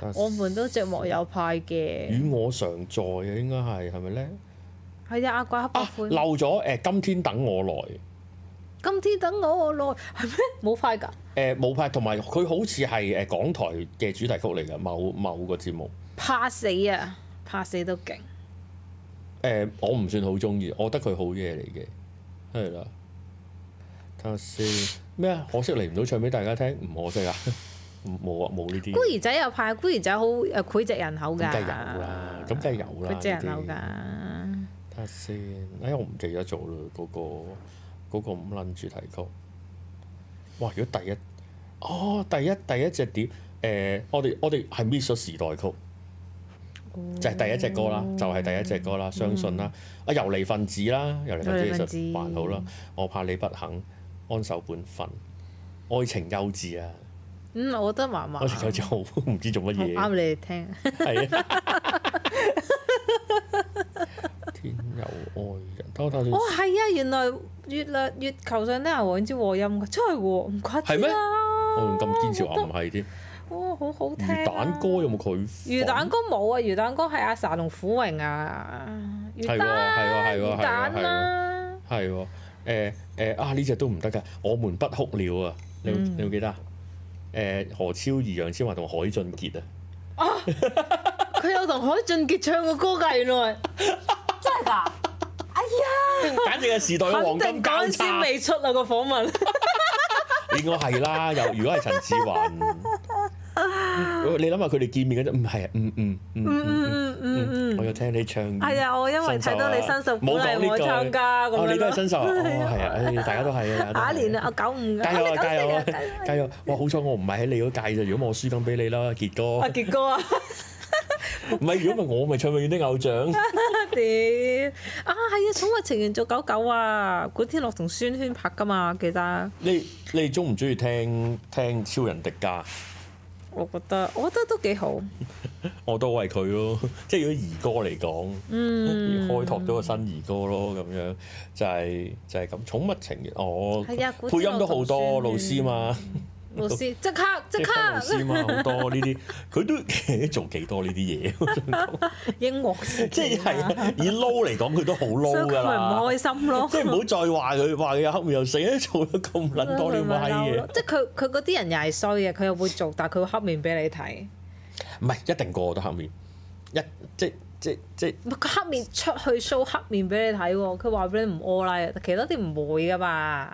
[SPEAKER 2] 但
[SPEAKER 1] 我們都寂寞有派嘅。
[SPEAKER 2] 與我常在啊，應該係係咪咧？
[SPEAKER 1] 係啊，阿怪黑白
[SPEAKER 2] 啊，
[SPEAKER 1] 灰。
[SPEAKER 2] 漏咗誒，今天等我來。
[SPEAKER 1] 今天等我我耐係咩？ 冇派㗎，
[SPEAKER 2] 誒呃冇派，同埋佢好似係誒呃港台嘅主題曲嚟嘅，某某個節目。
[SPEAKER 1] 怕死啊！怕死都勁。
[SPEAKER 2] 誒、呃我唔算好中意，我覺得佢好嘢嚟嘅，係啦。睇下先咩啊？可惜嚟唔到唱俾大家聽，唔可惜啊！ 冇啊，冇呢啲
[SPEAKER 1] 孤。兒仔又派，孤兒仔好誒膾炙人口㗎。
[SPEAKER 2] 咁梗係有啦咁梗係有啦
[SPEAKER 1] 膾炙人口
[SPEAKER 2] 呢
[SPEAKER 1] 㗎。
[SPEAKER 2] 睇下先，哎呀，我唔記得咗啦，嗰、個嗰、個五撚主題曲。哇！如果第一，哦，第一第一隻碟，誒、我哋我哋係 miss 咗時代曲。
[SPEAKER 1] 哦
[SPEAKER 2] 就係第一隻歌啦，就係第一隻歌啦，相信啦。啊，遊離分子啦，遊離
[SPEAKER 1] 嗯遊離
[SPEAKER 2] 分
[SPEAKER 1] 分
[SPEAKER 2] 子其
[SPEAKER 1] 子
[SPEAKER 2] 實還好啦。我怕你不肯安守本分，愛情幼稚啊，
[SPEAKER 1] 嗯，我覺得麻麻。
[SPEAKER 2] 愛情幼稚好唔知做乜
[SPEAKER 1] 好啱
[SPEAKER 2] 嘢，
[SPEAKER 1] 你哋聽。
[SPEAKER 2] 係啊。 天有愛人，等我睇下先
[SPEAKER 1] 哦，係啊，原來月亮月球上都有黃之和音㗎，真係喎，唔怪之
[SPEAKER 2] 係咩
[SPEAKER 1] 啦。
[SPEAKER 2] 我仲咁堅持話唔係添。
[SPEAKER 1] 哇，好好聽、啊
[SPEAKER 2] 魚蛋歌。有冇佢？
[SPEAKER 1] 魚蛋歌冇啊！魚蛋歌係阿 sa 同虎榮啊，魚
[SPEAKER 2] 係喎
[SPEAKER 1] 蛋
[SPEAKER 2] 係喎係喎
[SPEAKER 1] 魚蛋
[SPEAKER 2] 係喎係喎
[SPEAKER 1] 啦，
[SPEAKER 2] 係喎，誒誒啊呢只都唔得㗎，我們不哭了啊！你
[SPEAKER 1] 嗯
[SPEAKER 2] 會你會記得啊？誒何超儀、楊千嬅同海俊 傑啊！
[SPEAKER 1] 佢有同海俊傑唱過歌㗎，原來真係㗎，
[SPEAKER 2] 簡直係時代嘅黃
[SPEAKER 1] 肯
[SPEAKER 2] 金
[SPEAKER 1] 定嗰
[SPEAKER 2] 交
[SPEAKER 1] 陣時
[SPEAKER 2] 叉。
[SPEAKER 1] 未出啊個訪問，
[SPEAKER 2] 應該係啦，又如果係陳志雲，你諗下佢哋見面嗰陣，唔係啊，嗯嗯嗯
[SPEAKER 1] 嗯
[SPEAKER 2] 嗯
[SPEAKER 1] 嗯嗯嗯嗯
[SPEAKER 2] 我有聽你唱。
[SPEAKER 1] 係啊，我因為睇到你新秀鼓勵我參加咁
[SPEAKER 2] 哦，你都係
[SPEAKER 1] 樣
[SPEAKER 2] 新秀啊，哦 係啊，唉大家都係啊，
[SPEAKER 1] 咯，下一年
[SPEAKER 2] 啊，
[SPEAKER 1] 啊，我九 五
[SPEAKER 2] 加油啊，
[SPEAKER 1] 啊，
[SPEAKER 2] 加油啊
[SPEAKER 1] 加油，
[SPEAKER 2] 加油！哇，好彩我唔係喺你嗰屆啫，如果唔係我輸緊俾你啦， 傑哥。
[SPEAKER 1] 阿傑哥啊！
[SPEAKER 2] 唔係，如果唔係我咪唱永遠的偶像。
[SPEAKER 1] 屌啊，係啊！寵物情緣做狗狗啊，古天樂同孫軒拍噶嘛，記得。
[SPEAKER 2] 你你中唔中意聽聽超人迪迦？
[SPEAKER 1] 我覺得，我覺得都幾好。
[SPEAKER 2] 我都為佢咯， 即係如果兒歌嚟講。
[SPEAKER 1] 嗯，
[SPEAKER 2] 開拓咗個新兒歌咯，咁樣就係、就係、咁。寵物情緣，哦，
[SPEAKER 1] 係啊古
[SPEAKER 2] 配
[SPEAKER 1] 天樂
[SPEAKER 2] 音都好多老
[SPEAKER 1] 同
[SPEAKER 2] 師
[SPEAKER 1] 孫
[SPEAKER 2] 嘛，
[SPEAKER 1] 老師即刻即刻
[SPEAKER 2] 老師嘛，好多呢啲，佢都 做幾多呢啲 嘢，
[SPEAKER 1] 英樂師，
[SPEAKER 2] 即係係啊以撈嚟講，佢都好
[SPEAKER 1] 所以
[SPEAKER 2] 撈
[SPEAKER 1] 佢
[SPEAKER 2] 㗎
[SPEAKER 1] 咪唔
[SPEAKER 2] 啦。
[SPEAKER 1] 開心咯。
[SPEAKER 2] 即係唔好再話佢話佢又黑面又死，做咗咁撚多呢啲
[SPEAKER 1] 咪
[SPEAKER 2] 閪
[SPEAKER 1] 嬲
[SPEAKER 2] 嘢
[SPEAKER 1] 咯，即係佢佢嗰啲人又係衰嘅，佢又會做，但係佢會黑面俾你睇。
[SPEAKER 2] 唔係一定個個都黑面，一即即即
[SPEAKER 1] 唔係佢黑面出去 show 黑面俾你睇喎，佢話俾你唔屙啦，其他啲唔會噶嘛。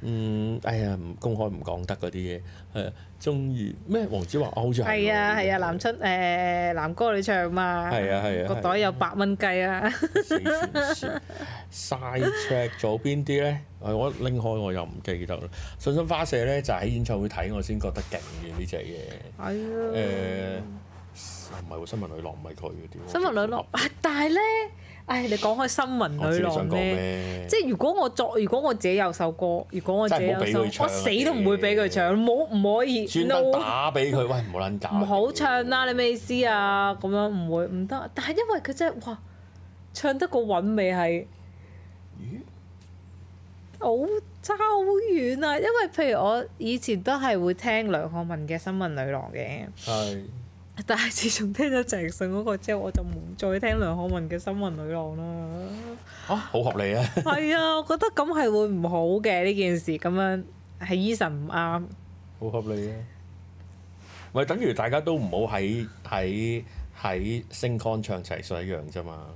[SPEAKER 2] 嗯，哎呀，唔公開唔講得嗰啲嘢，係啊，中意咩？黃子華啊好似係
[SPEAKER 1] 係啊
[SPEAKER 2] 喎
[SPEAKER 1] 係啊，男春誒男歌女唱嘛，
[SPEAKER 2] 係啊係啊
[SPEAKER 1] 個
[SPEAKER 2] 係啊
[SPEAKER 1] 袋有八蚊雞啊，
[SPEAKER 2] 死全線 side track 咗邊啲咧？誒我拎開我又唔記得啦。信心花舍咧就喺演唱會睇我先覺得勁嘅呢只嘢。誒、
[SPEAKER 1] 係啊，
[SPEAKER 2] 唔係喎，新聞女郎唔係佢嘅屌。
[SPEAKER 1] 新聞女郎啊，但係咧，唉，你講開新聞
[SPEAKER 2] 我知
[SPEAKER 1] 女
[SPEAKER 2] 你想
[SPEAKER 1] 郎
[SPEAKER 2] 講
[SPEAKER 1] 咧，
[SPEAKER 2] 咩？
[SPEAKER 1] 即係如果我作，如果我自己有首歌，如果我自己有
[SPEAKER 2] 真係唔好俾
[SPEAKER 1] 首，
[SPEAKER 2] 佢唱啊
[SPEAKER 1] 我死都唔會俾佢唱，冇唔可以
[SPEAKER 2] 專登
[SPEAKER 1] ，no，
[SPEAKER 2] 打俾佢，喂唔好撚搞。
[SPEAKER 1] 唔好唱啦，你咩意思啊？咁樣唔會唔得，但係因為佢真係哇，唱得個韻味係。
[SPEAKER 2] 咦？
[SPEAKER 1] 好差好遠啊！因為譬如我以前都係會聽梁漢文嘅《新聞女郎》嘅，
[SPEAKER 2] 係
[SPEAKER 1] 但係自從聽咗鄭信嗰個之後，我就冇再聽梁漢文嘅《新聞女郎》啦。
[SPEAKER 2] 啊，好合理啊！
[SPEAKER 1] 係啊，我覺得咁係會唔好嘅呢件事，咁樣係 Eason 唔啱。
[SPEAKER 2] 好合理啊！咪等於大家都唔好喺喺喺星 con 唱齊數一樣啫嘛。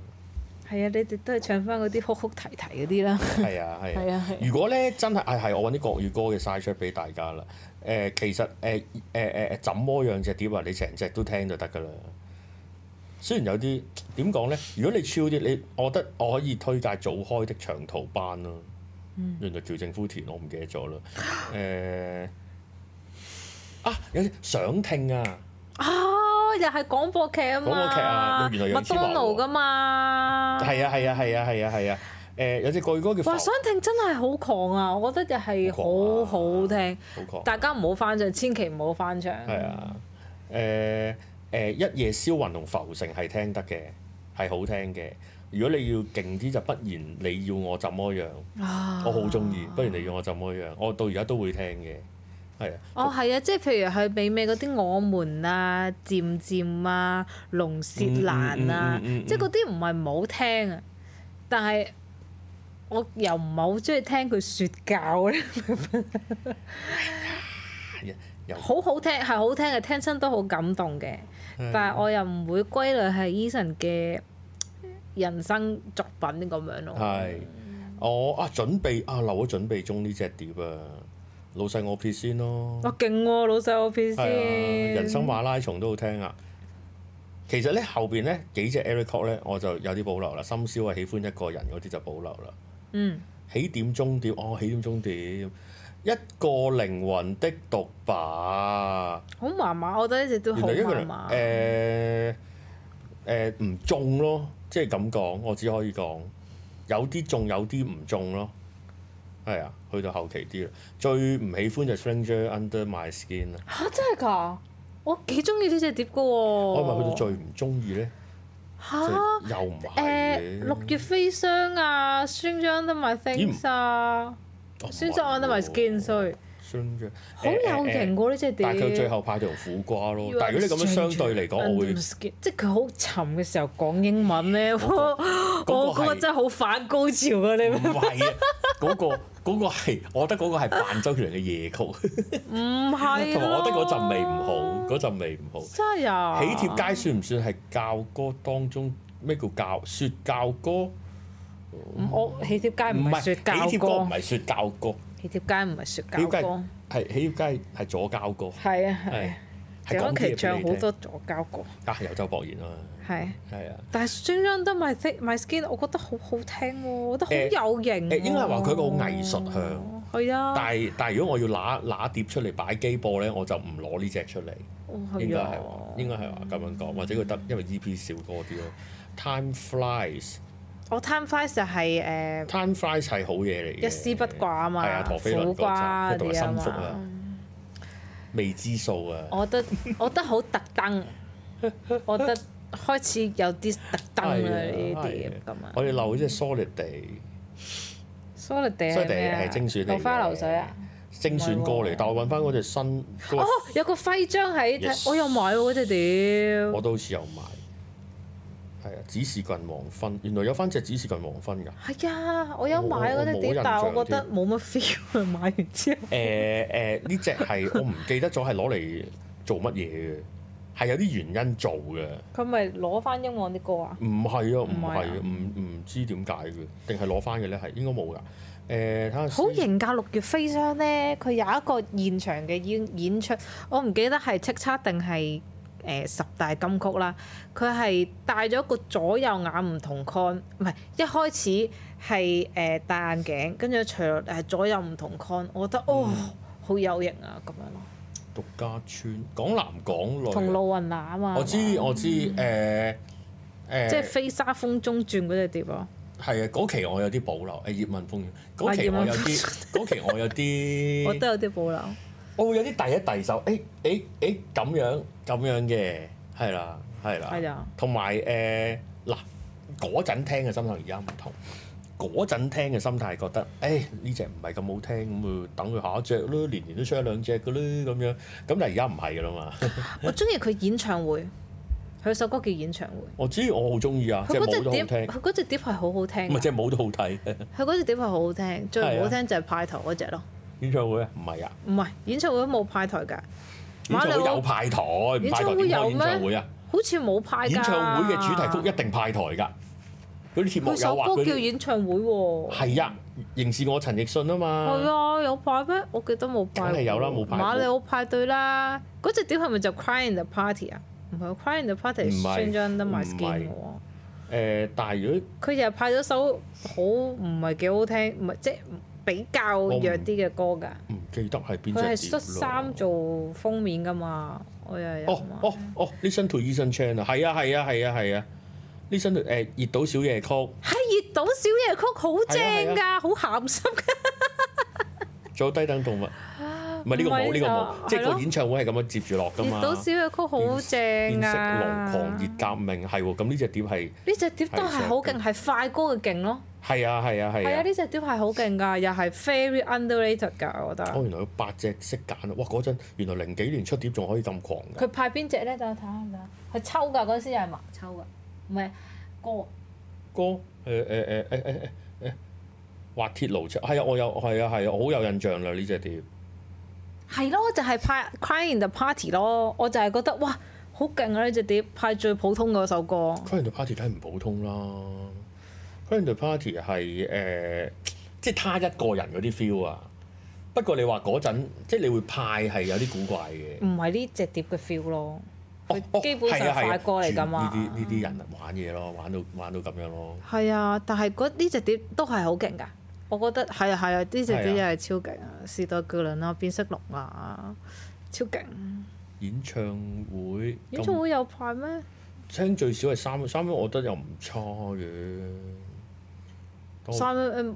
[SPEAKER 1] 係啊，你哋都係唱翻嗰啲哭哭啼啼嗰啲啦。
[SPEAKER 2] 係啊，係
[SPEAKER 1] 係啊
[SPEAKER 2] 啊
[SPEAKER 1] 係啊。
[SPEAKER 2] 如果咧真係係係，我揾啲國語歌嘅 side track 俾大家啦。誒、其實誒誒誒誒，怎麼樣隻碟啊？你成隻都聽就得㗎啦。雖然有啲點講咧，如果你超啲，你我覺得我可以推介早開的長途班咯。原來叫政府田，我唔記得咗啦。誒、啊，有啲想聽啊！
[SPEAKER 1] 啊，又係廣播劇啊嘛，
[SPEAKER 2] 廣播劇啊原來楊
[SPEAKER 1] 麥
[SPEAKER 2] 千嬅喎
[SPEAKER 1] 當勞噶嘛。
[SPEAKER 2] 係啊係啊係啊係啊係啊！誒、有隻國語歌叫
[SPEAKER 1] 哇！
[SPEAKER 2] 浮
[SPEAKER 1] 想聽真係好狂啊，我覺得又係
[SPEAKER 2] 好狂
[SPEAKER 1] 好
[SPEAKER 2] 啊
[SPEAKER 1] 好聽。
[SPEAKER 2] 好狂。
[SPEAKER 1] 大家唔好翻唱，千祈唔好翻唱。
[SPEAKER 2] 係啊，誒、誒、一夜消雲同浮城係聽得嘅，係好聽嘅。如果你要勁啲就不然你要我怎麼樣，
[SPEAKER 1] 啊
[SPEAKER 2] 我好中意。不然你要我怎麼樣，我到而家都會聽嘅。係
[SPEAKER 1] 哦，
[SPEAKER 2] 啊，
[SPEAKER 1] 係啊，即係譬如去美美嗰啲我們啊、漸漸啊、龍舌蘭啊，
[SPEAKER 2] 嗯嗯嗯嗯嗯嗯
[SPEAKER 1] 即係嗰啲唔係唔好聽啊，但係我又唔係好中意聽佢説教啊咧，
[SPEAKER 2] 有
[SPEAKER 1] 好好聽係好聽嘅，聽親都好感動嘅，
[SPEAKER 2] 嗯
[SPEAKER 1] 但係我又唔會歸類係 Eason 嘅人生作品咁樣咯。
[SPEAKER 2] 係我啊準備啊留咗準備中呢只碟啊，老細我撇先咯。
[SPEAKER 1] 哇，勁喎，老細我 P
[SPEAKER 2] 係啊，人生
[SPEAKER 1] 先。
[SPEAKER 2] 馬拉松都好聽啊！其實咧後邊咧幾隻 Eric Kwok 咧我就有啲保留啦，深宵啊係喜歡一個人嗰啲就保留啦。
[SPEAKER 1] 嗯，
[SPEAKER 2] 起點終點，哦，起點終點，一個靈魂的獨白，
[SPEAKER 1] 好麻麻，我覺得呢隻都好
[SPEAKER 2] 原來一個
[SPEAKER 1] 麻
[SPEAKER 2] 人
[SPEAKER 1] 麻。
[SPEAKER 2] 誒誒唔中咯，即係咁講，我只可以講有啲中，有啲唔中咯。係啊，去到後期啲啦，最唔喜歡就 Stranger Under My Skin 啊啦。
[SPEAKER 1] 嚇、真係㗎！我幾中意呢只碟嘅喎。
[SPEAKER 2] 我
[SPEAKER 1] 我
[SPEAKER 2] 係咪去到最唔中意咧，
[SPEAKER 1] 嚇
[SPEAKER 2] 即係又唔係
[SPEAKER 1] 啊誒六
[SPEAKER 2] 嘅。
[SPEAKER 1] 月飛霜啊，Stranger Under My Things 啊，Stranger Under My Skin
[SPEAKER 2] 衰。
[SPEAKER 1] 衰，
[SPEAKER 2] Stranger
[SPEAKER 1] 好有型喎呢只碟。
[SPEAKER 2] 但係佢最後派條苦瓜咯
[SPEAKER 1] You。are
[SPEAKER 2] 但係如果你咁樣相對嚟講，我
[SPEAKER 1] Stranger
[SPEAKER 2] 會
[SPEAKER 1] Under My Skin，即係佢好沉嘅時候講英文咧，我
[SPEAKER 2] 個
[SPEAKER 1] 我覺得真係好反高潮啊！你明唔
[SPEAKER 2] 唔係啊，嗰個嗰個係，我覺得嗰個係扮周杰倫嘅夜曲，同
[SPEAKER 1] 明唔係
[SPEAKER 2] 埋
[SPEAKER 1] 咯
[SPEAKER 2] 我覺得嗰陣味唔好，嗰陣味唔好。
[SPEAKER 1] 真係啊！
[SPEAKER 2] 喜帖街算唔算係教歌當中咩叫教説教歌？
[SPEAKER 1] 唔，我喜帖街唔係
[SPEAKER 2] 喜
[SPEAKER 1] 雪教
[SPEAKER 2] 帖歌唔
[SPEAKER 1] 歌，
[SPEAKER 2] 係説教歌，
[SPEAKER 1] 喜帖街唔係
[SPEAKER 2] 喜
[SPEAKER 1] 雪
[SPEAKER 2] 帖
[SPEAKER 1] 教
[SPEAKER 2] 街
[SPEAKER 1] 歌，
[SPEAKER 2] 係喜帖街係左教歌。
[SPEAKER 1] 係啊係
[SPEAKER 2] 係
[SPEAKER 1] 啊。
[SPEAKER 2] 係
[SPEAKER 1] 鄭
[SPEAKER 2] 講
[SPEAKER 1] 安
[SPEAKER 2] 啲
[SPEAKER 1] 琪
[SPEAKER 2] 嘢俾
[SPEAKER 1] 唱
[SPEAKER 2] 你
[SPEAKER 1] 好
[SPEAKER 2] 聽
[SPEAKER 1] 多哦左交歌，
[SPEAKER 2] 啊，有周博賢啊，
[SPEAKER 1] 係。
[SPEAKER 2] 係啊。
[SPEAKER 1] 但係 Strange Under My Thi- My Skin，我覺得好好聽喎，我覺得好
[SPEAKER 2] 誒
[SPEAKER 1] 有
[SPEAKER 2] 誒
[SPEAKER 1] 型喎。
[SPEAKER 2] 應該係話佢一個好藝術向。
[SPEAKER 1] 係啊。
[SPEAKER 2] 但係但係如果我要揦揦碟出嚟擺機播咧，我就唔攞呢只出嚟。
[SPEAKER 1] 哦
[SPEAKER 2] 應該
[SPEAKER 1] 係
[SPEAKER 2] 係話
[SPEAKER 1] 啊，
[SPEAKER 2] 應該係話咁樣講，或者佢得因為 EP 少歌啲咯。Time flies，time
[SPEAKER 1] 我 Time Flies 就係誒
[SPEAKER 2] flies 係好嘢嚟嘅。
[SPEAKER 1] 一絲不掛啊
[SPEAKER 2] 係啊
[SPEAKER 1] 嘛，
[SPEAKER 2] 陀飛輪
[SPEAKER 1] 苦
[SPEAKER 2] 嗰
[SPEAKER 1] 瓜
[SPEAKER 2] 集同
[SPEAKER 1] 嗰
[SPEAKER 2] 埋
[SPEAKER 1] 啲啊
[SPEAKER 2] 心腹
[SPEAKER 1] 嘛
[SPEAKER 2] 啊。，未知數啊。
[SPEAKER 1] 我 覺得我覺得好特登，我覺得開始有啲特登啦
[SPEAKER 2] 係
[SPEAKER 1] 呢
[SPEAKER 2] 啊係啊
[SPEAKER 1] 啲咁啊。
[SPEAKER 2] 我哋漏咗隻 solid 地
[SPEAKER 1] Solid 地
[SPEAKER 2] ，solid
[SPEAKER 1] 係
[SPEAKER 2] 地
[SPEAKER 1] 咩啊
[SPEAKER 2] 係精選嚟嘅
[SPEAKER 1] 流花流水啊！
[SPEAKER 2] 精選歌
[SPEAKER 1] 唔係
[SPEAKER 2] 嚟
[SPEAKER 1] 喎，
[SPEAKER 2] 但我揾翻嗰隻新嗰
[SPEAKER 1] 哦
[SPEAKER 2] 個，
[SPEAKER 1] 有個徽章喺
[SPEAKER 2] Yes
[SPEAKER 1] 睇，我有買喎嗰隻
[SPEAKER 2] 我
[SPEAKER 1] 屌。
[SPEAKER 2] 都好似有買。係啊，指示棍黃昏，原來有翻隻指示棍黃昏㗎。
[SPEAKER 1] 係啊，我有買
[SPEAKER 2] 我
[SPEAKER 1] 嗰隻
[SPEAKER 2] 我冇
[SPEAKER 1] 碟，但係我覺得
[SPEAKER 2] 印
[SPEAKER 1] 冇乜 feel 啊！買完之後，
[SPEAKER 2] 誒誒，呢只係我唔記得咗係攞嚟做乜嘢嘅，係有啲原因做嘅。
[SPEAKER 1] 佢咪攞翻英皇啲歌啊？
[SPEAKER 2] 唔係啊，唔
[SPEAKER 1] 唔係
[SPEAKER 2] 係
[SPEAKER 1] 啊
[SPEAKER 2] 啊，唔唔知點解嘅，定係攞翻嘅咧？係應該冇㗎。誒，睇下
[SPEAKER 1] 好
[SPEAKER 2] 先
[SPEAKER 1] 型㗎！六月飛霜咧，佢有一個現場嘅演演出，我唔記得係叱咤定係誒十大金曲啦。佢係戴咗一個左右眼唔同 con，唔係一開始係誒、呃戴眼鏡，跟住除咗誒左右唔同 con，我覺得哦好有型啊咁樣咯，
[SPEAKER 2] 獨家村港男港女。
[SPEAKER 1] 同路雲娜啊嘛，
[SPEAKER 2] 我知我知誒誒，
[SPEAKER 1] 即係
[SPEAKER 2] 係
[SPEAKER 1] 飛沙風中轉嗰隻碟咯，
[SPEAKER 2] 係啊！嗰期我有啲保留誒葉問風嗰期
[SPEAKER 1] 葉問
[SPEAKER 2] 我有
[SPEAKER 1] 風
[SPEAKER 2] 啲， 嗰期我有
[SPEAKER 1] 我
[SPEAKER 2] 啲，
[SPEAKER 1] 都有啲保留。
[SPEAKER 2] 我會有啲第一第二首，誒誒誒咁樣咁樣嘅，係啦係
[SPEAKER 1] 係
[SPEAKER 2] 啦
[SPEAKER 1] 啊，
[SPEAKER 2] 同埋誒嗱嗰陣聽嘅心態同而家唔同。嗰陣聽嘅心態覺得，誒呢只唔係咁好聽，咁啊等佢下一隻咯，年年都出一兩隻嘅啦，咁樣。咁但係而家唔係嘅啦嘛。
[SPEAKER 1] 我中意佢演唱會，佢首歌叫演唱會。
[SPEAKER 2] 我知我好中意啊，即係
[SPEAKER 1] 佢嗰
[SPEAKER 2] 舞
[SPEAKER 1] 隻
[SPEAKER 2] 都好
[SPEAKER 1] 碟，
[SPEAKER 2] 聽，
[SPEAKER 1] 佢嗰隻碟係好好聽
[SPEAKER 2] 唔係
[SPEAKER 1] 㗎。
[SPEAKER 2] 即係舞都好睇。
[SPEAKER 1] 佢嗰隻碟係好好聽，最
[SPEAKER 2] 啊
[SPEAKER 1] 唔好聽就係派台嗰只咯。
[SPEAKER 2] 演唱會啊？唔係啊，
[SPEAKER 1] 唔係演唱會都冇派台㗎，
[SPEAKER 2] 演
[SPEAKER 1] 馬
[SPEAKER 2] 唱
[SPEAKER 1] 里
[SPEAKER 2] 會
[SPEAKER 1] 奧
[SPEAKER 2] 有派台，唔
[SPEAKER 1] 演
[SPEAKER 2] 派
[SPEAKER 1] 唱
[SPEAKER 2] 台
[SPEAKER 1] 會
[SPEAKER 2] 點
[SPEAKER 1] 有
[SPEAKER 2] 開
[SPEAKER 1] 咩
[SPEAKER 2] 演唱會啊？
[SPEAKER 1] 好似冇派㗎。
[SPEAKER 2] 演唱會嘅主題曲一定派台㗎，嗰啲節目有
[SPEAKER 1] 佢首
[SPEAKER 2] 畫嗰
[SPEAKER 1] 歌叫
[SPEAKER 2] 啲。
[SPEAKER 1] 演唱會喎。
[SPEAKER 2] 係啊，刑事我陳奕迅啊
[SPEAKER 1] 係
[SPEAKER 2] 嘛，
[SPEAKER 1] 啊，有派咩？我記得冇派。
[SPEAKER 2] 梗係有啦冇派過
[SPEAKER 1] 馬里奧派對啦，嗰隻碟係咪就 Cry in the Party 啊？唔係 Cry in the Party
[SPEAKER 2] 唔
[SPEAKER 1] 係
[SPEAKER 2] 係
[SPEAKER 1] Strange Under My
[SPEAKER 2] 唔係
[SPEAKER 1] Skin 喎。
[SPEAKER 2] 誒，但係如果
[SPEAKER 1] 佢又派咗首好唔係幾好聽，唔係即係比較弱啲嘅歌㗎。
[SPEAKER 2] 唔記得係邊
[SPEAKER 1] 佢係
[SPEAKER 2] 隻碟
[SPEAKER 1] 恤
[SPEAKER 2] 咯
[SPEAKER 1] 衫做封面㗎嘛，我又有啊
[SPEAKER 2] 哦
[SPEAKER 1] 買。
[SPEAKER 2] 哦哦，Listen to Eason Chan 啊，係啊係啊係啊係啊，Listen to 誒熱島小夜曲，
[SPEAKER 1] 係熱島小夜曲好正
[SPEAKER 2] 啊
[SPEAKER 1] 㗎，好鹹濕㗎。
[SPEAKER 2] 仲有低等動物，唔係呢個
[SPEAKER 1] 唔係
[SPEAKER 2] 冇呢個
[SPEAKER 1] 啊
[SPEAKER 2] 冇，即係
[SPEAKER 1] 係
[SPEAKER 2] 個
[SPEAKER 1] 咯
[SPEAKER 2] 演唱會係咁樣接住落㗎
[SPEAKER 1] 熱
[SPEAKER 2] 嘛。
[SPEAKER 1] 島小夜曲好正
[SPEAKER 2] 變色
[SPEAKER 1] 啊！
[SPEAKER 2] 狼狂熱啊革命係喎，咁呢只碟係
[SPEAKER 1] 呢只碟都係好勁，係快歌嘅勁咯。
[SPEAKER 2] 係啊係啊
[SPEAKER 1] 係啊，
[SPEAKER 2] 係啊。
[SPEAKER 1] 呢只碟係好勁㗎，又係 very underrated 㗎，我覺
[SPEAKER 2] 哦，
[SPEAKER 1] 得。
[SPEAKER 2] 原來有八隻識揀啊！哇，嗰陣原來零幾年出碟仲可以咁狂㗎。
[SPEAKER 1] 佢派邊只咧？等我睇下唔睇下。佢抽㗎嗰陣時又係盲抽㗎，唔係歌。
[SPEAKER 2] 歌誒誒誒誒誒誒誒滑鐵盧啫，係啊，我有係啊係啊，我好有印象啦呢只碟。
[SPEAKER 1] 係咯，就係派《Crying in the Party》咯，我就係覺得哇，好勁啊！呢只碟派最普通嗰首歌，
[SPEAKER 2] c r a n d Party 梗係唔普通啦 c r a n d Party 係誒、呃即係他一個人嗰啲 feel 啊。不過你話嗰陣即係你會派係有啲古怪嘅。
[SPEAKER 1] 唔係呢只碟嘅 feel 咯。
[SPEAKER 2] 哦
[SPEAKER 1] 佢嗯基本上
[SPEAKER 2] 係啊係啊
[SPEAKER 1] 快歌嚟㗎嘛
[SPEAKER 2] 呢啲呢啲人啊玩嘢咯，玩到玩到咁樣咯。
[SPEAKER 1] 係啊，但係嗰呢只碟都係好勁㗎，我覺得係啊係啊，呢只碟又係超勁啊！時代巨輪啊，變色龍啊，超勁！
[SPEAKER 2] 演唱會
[SPEAKER 1] 演唱
[SPEAKER 2] 咁
[SPEAKER 1] 會有派咩？
[SPEAKER 2] 聽最少係三三，我覺得又唔差嘅。多
[SPEAKER 1] 三嗯 M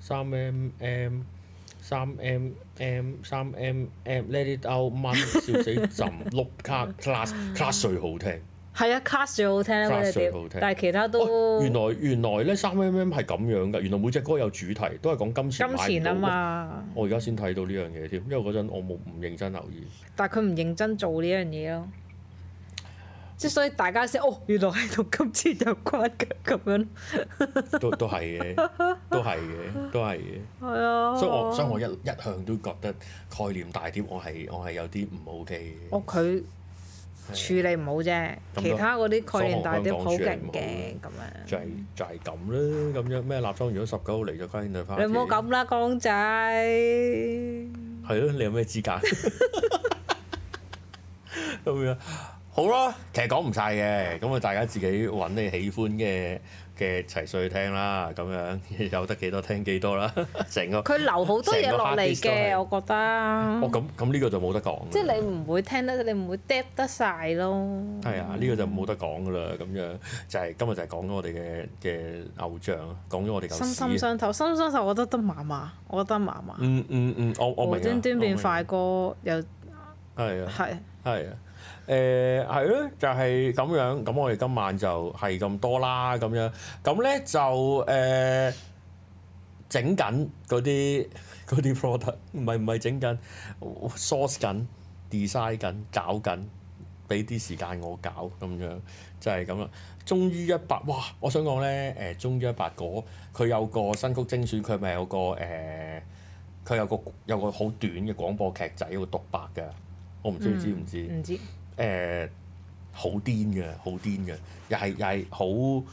[SPEAKER 2] 三 M M 三 M M 三 M M Let It Out 蚊笑 死朕碌卡 class class 最好聽。
[SPEAKER 1] 係啊，Cast 最好聽啦嗰
[SPEAKER 2] Cast
[SPEAKER 1] 只
[SPEAKER 2] 最
[SPEAKER 1] 碟
[SPEAKER 2] 好聽，
[SPEAKER 1] 但係其他
[SPEAKER 2] 哦
[SPEAKER 1] 都
[SPEAKER 2] 原來原來咧三 M M 係咁樣㗎，原來每隻歌有主題，都係講金錢
[SPEAKER 1] 金
[SPEAKER 2] 買唔
[SPEAKER 1] 錢
[SPEAKER 2] 到
[SPEAKER 1] 啊
[SPEAKER 2] 嘅。
[SPEAKER 1] 嘛，
[SPEAKER 2] 我而家先睇到呢樣嘢添，因為嗰陣我冇唔認真留 意。
[SPEAKER 1] 但係佢唔認真做呢樣嘢咯。即係所以大家先哦，原來係同金錢有關嘅咁樣，
[SPEAKER 2] 都都係 嘅，都係嘅，都係嘅。
[SPEAKER 1] 係啊。
[SPEAKER 2] 所以我所以我一一向都覺得概念大碟我係我係有啲唔 OK 嘅。
[SPEAKER 1] 哦佢處理唔好啫，
[SPEAKER 2] 啊咁
[SPEAKER 1] 其他嗰啲概念大碟
[SPEAKER 2] 都
[SPEAKER 1] 好
[SPEAKER 2] 香
[SPEAKER 1] 勁
[SPEAKER 2] 港處理
[SPEAKER 1] 嘅咁樣。
[SPEAKER 2] 就係、就係咁啦，咁樣咩立裝如果十九號嚟咗 c l i n
[SPEAKER 1] 你唔好咁啦，江仔。
[SPEAKER 2] 係咯，你有咩資格？咁樣好啦，其實講唔晒嘅，咁啊大家自己揾你喜歡嘅嘅齊碎聽啦，咁樣有得幾多聽幾 多啦，成個
[SPEAKER 1] 佢留好多嘢落嚟
[SPEAKER 2] 成個 hard disk
[SPEAKER 1] 嘅，
[SPEAKER 2] 都
[SPEAKER 1] 我覺得。
[SPEAKER 2] 哦咁咁呢個就冇得講㗎，
[SPEAKER 1] 即係你唔會聽得，你唔會 d 得晒咯。
[SPEAKER 2] 係啊，呢個就冇得講噶啦，咁樣就係今日就係講咗我哋嘅嘅偶像，講咗我哋
[SPEAKER 1] 心心
[SPEAKER 2] 舊事。啊
[SPEAKER 1] 相透，心心相透，我覺得都麻麻，我覺得麻麻。
[SPEAKER 2] 嗯嗯嗯，我我明
[SPEAKER 1] 無
[SPEAKER 2] 啊
[SPEAKER 1] 端端變快，歌，又
[SPEAKER 2] 我明係啊。
[SPEAKER 1] 係
[SPEAKER 2] 係啊，誒係咯，就係咁樣。咁我哋今晚就係咁多啦，咁樣。咁咧就誒、呃整緊嗰啲 嗰啲 product，唔係唔係整緊 source 緊、design 緊、搞緊，俾啲時間我搞咁樣，就係咁啦。終於一百，哇！我想講咧，誒，終於一百嗰佢有個新曲精選，佢咪有個誒，呃佢、有個有個好短嘅廣播劇仔，個獨白㗎，我唔知你知唔知？
[SPEAKER 1] 唔知
[SPEAKER 2] 誒呃好癲嘅，好癲嘅，又係又係好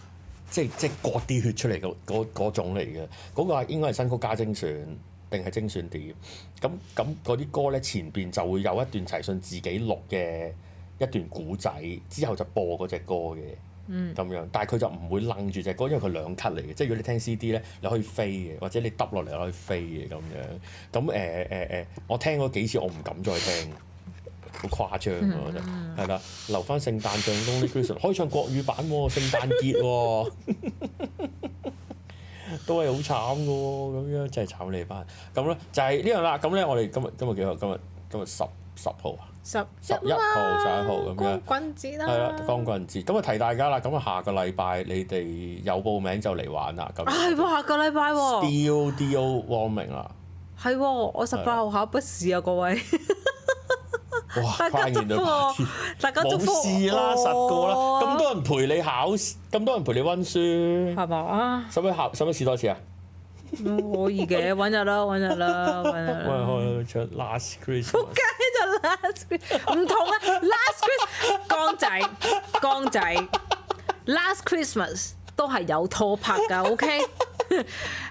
[SPEAKER 2] 即係即係割啲血出嚟嘅嗰嗰種嚟嘅，嗰、個應該係新曲加精選定係精選碟，咁咁嗰啲歌咧前邊就會有一段齊信自己錄嘅一段古仔，之後就播嗰只歌嘅。
[SPEAKER 1] 嗯
[SPEAKER 2] 咁樣，但係佢就唔會楞住隻歌，因為佢兩級嚟嘅，即係如果你聽 CD 咧，你可以飛嘅，或者你揼落嚟可以飛嘅咁樣。咁誒誒誒，我聽過幾次，我唔敢再聽，好誇張啊！
[SPEAKER 1] 嗯
[SPEAKER 2] 我覺得係啦，留翻聖誕像 Lonely Christmas 可以唱國語版喎，聖誕節喎， 都係好慘嘅喎，咁樣真係慘你班。咁咧就係呢樣啦。咁咧我哋今日今日幾號？今日今日十十號啊。
[SPEAKER 1] 十
[SPEAKER 2] 十一號十一號咁樣
[SPEAKER 1] 光棍節啦。
[SPEAKER 2] 係啦，光棍節咁啊提大家啦，咁啊下個禮拜你哋有報名就嚟玩啦，咁
[SPEAKER 1] 啊，係喎，下個禮拜喎，
[SPEAKER 2] D O D O warming 啦，
[SPEAKER 1] 係喎，我十八號考筆試啊，各位，
[SPEAKER 2] 哇！
[SPEAKER 1] 大家
[SPEAKER 2] 跨
[SPEAKER 1] 祝
[SPEAKER 2] 年
[SPEAKER 1] 福
[SPEAKER 2] 都
[SPEAKER 1] 我，大家祝
[SPEAKER 2] 冇
[SPEAKER 1] 福哦我
[SPEAKER 2] 事啦，實過啦，咁多人陪你考，咁多人陪你温書，使
[SPEAKER 1] 係嘛啊，
[SPEAKER 2] 唔使考？使唔使試多次啊？
[SPEAKER 1] 可以嘅，揾日啦，揾日啦，揾日
[SPEAKER 2] 喂，
[SPEAKER 1] 啦。
[SPEAKER 2] 開唱 Last Christmas，
[SPEAKER 1] 梗就 last Christmas 唔同啊，last Christmas 光仔光仔，last Christmas 都係有拖拍㗎，OK？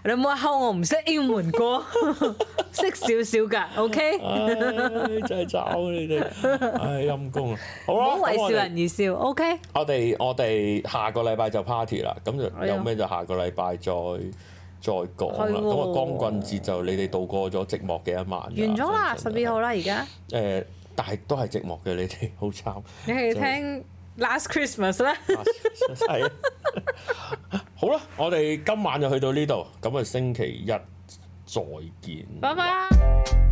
[SPEAKER 1] 你唔好話我唔識英文歌， 識少少㗎 ，OK？
[SPEAKER 2] 唉，真係慘你哋，唉陰公啊！好
[SPEAKER 1] 唔
[SPEAKER 2] 啦，
[SPEAKER 1] 好為
[SPEAKER 2] 咁
[SPEAKER 1] 笑
[SPEAKER 2] 我哋啊
[SPEAKER 1] 人而笑，OK？
[SPEAKER 2] 我哋我哋下個禮拜就 party 啦，咁就
[SPEAKER 1] 哎呀
[SPEAKER 2] 有咩就下個禮拜再再講
[SPEAKER 1] 係
[SPEAKER 2] 啦。
[SPEAKER 1] 喎
[SPEAKER 2] 咁啊，光棍節就你哋度過咗寂寞嘅一晚。完
[SPEAKER 1] 完咗啦，十二號。啦，而家
[SPEAKER 2] 啊誒，但係都係寂寞嘅，你哋 好慘。
[SPEAKER 1] 你係聽 last Christmas 啦，
[SPEAKER 2] 係啊。 好啦，我哋今晚就去到呢度，咁啊星期一再見。
[SPEAKER 1] 拜拜。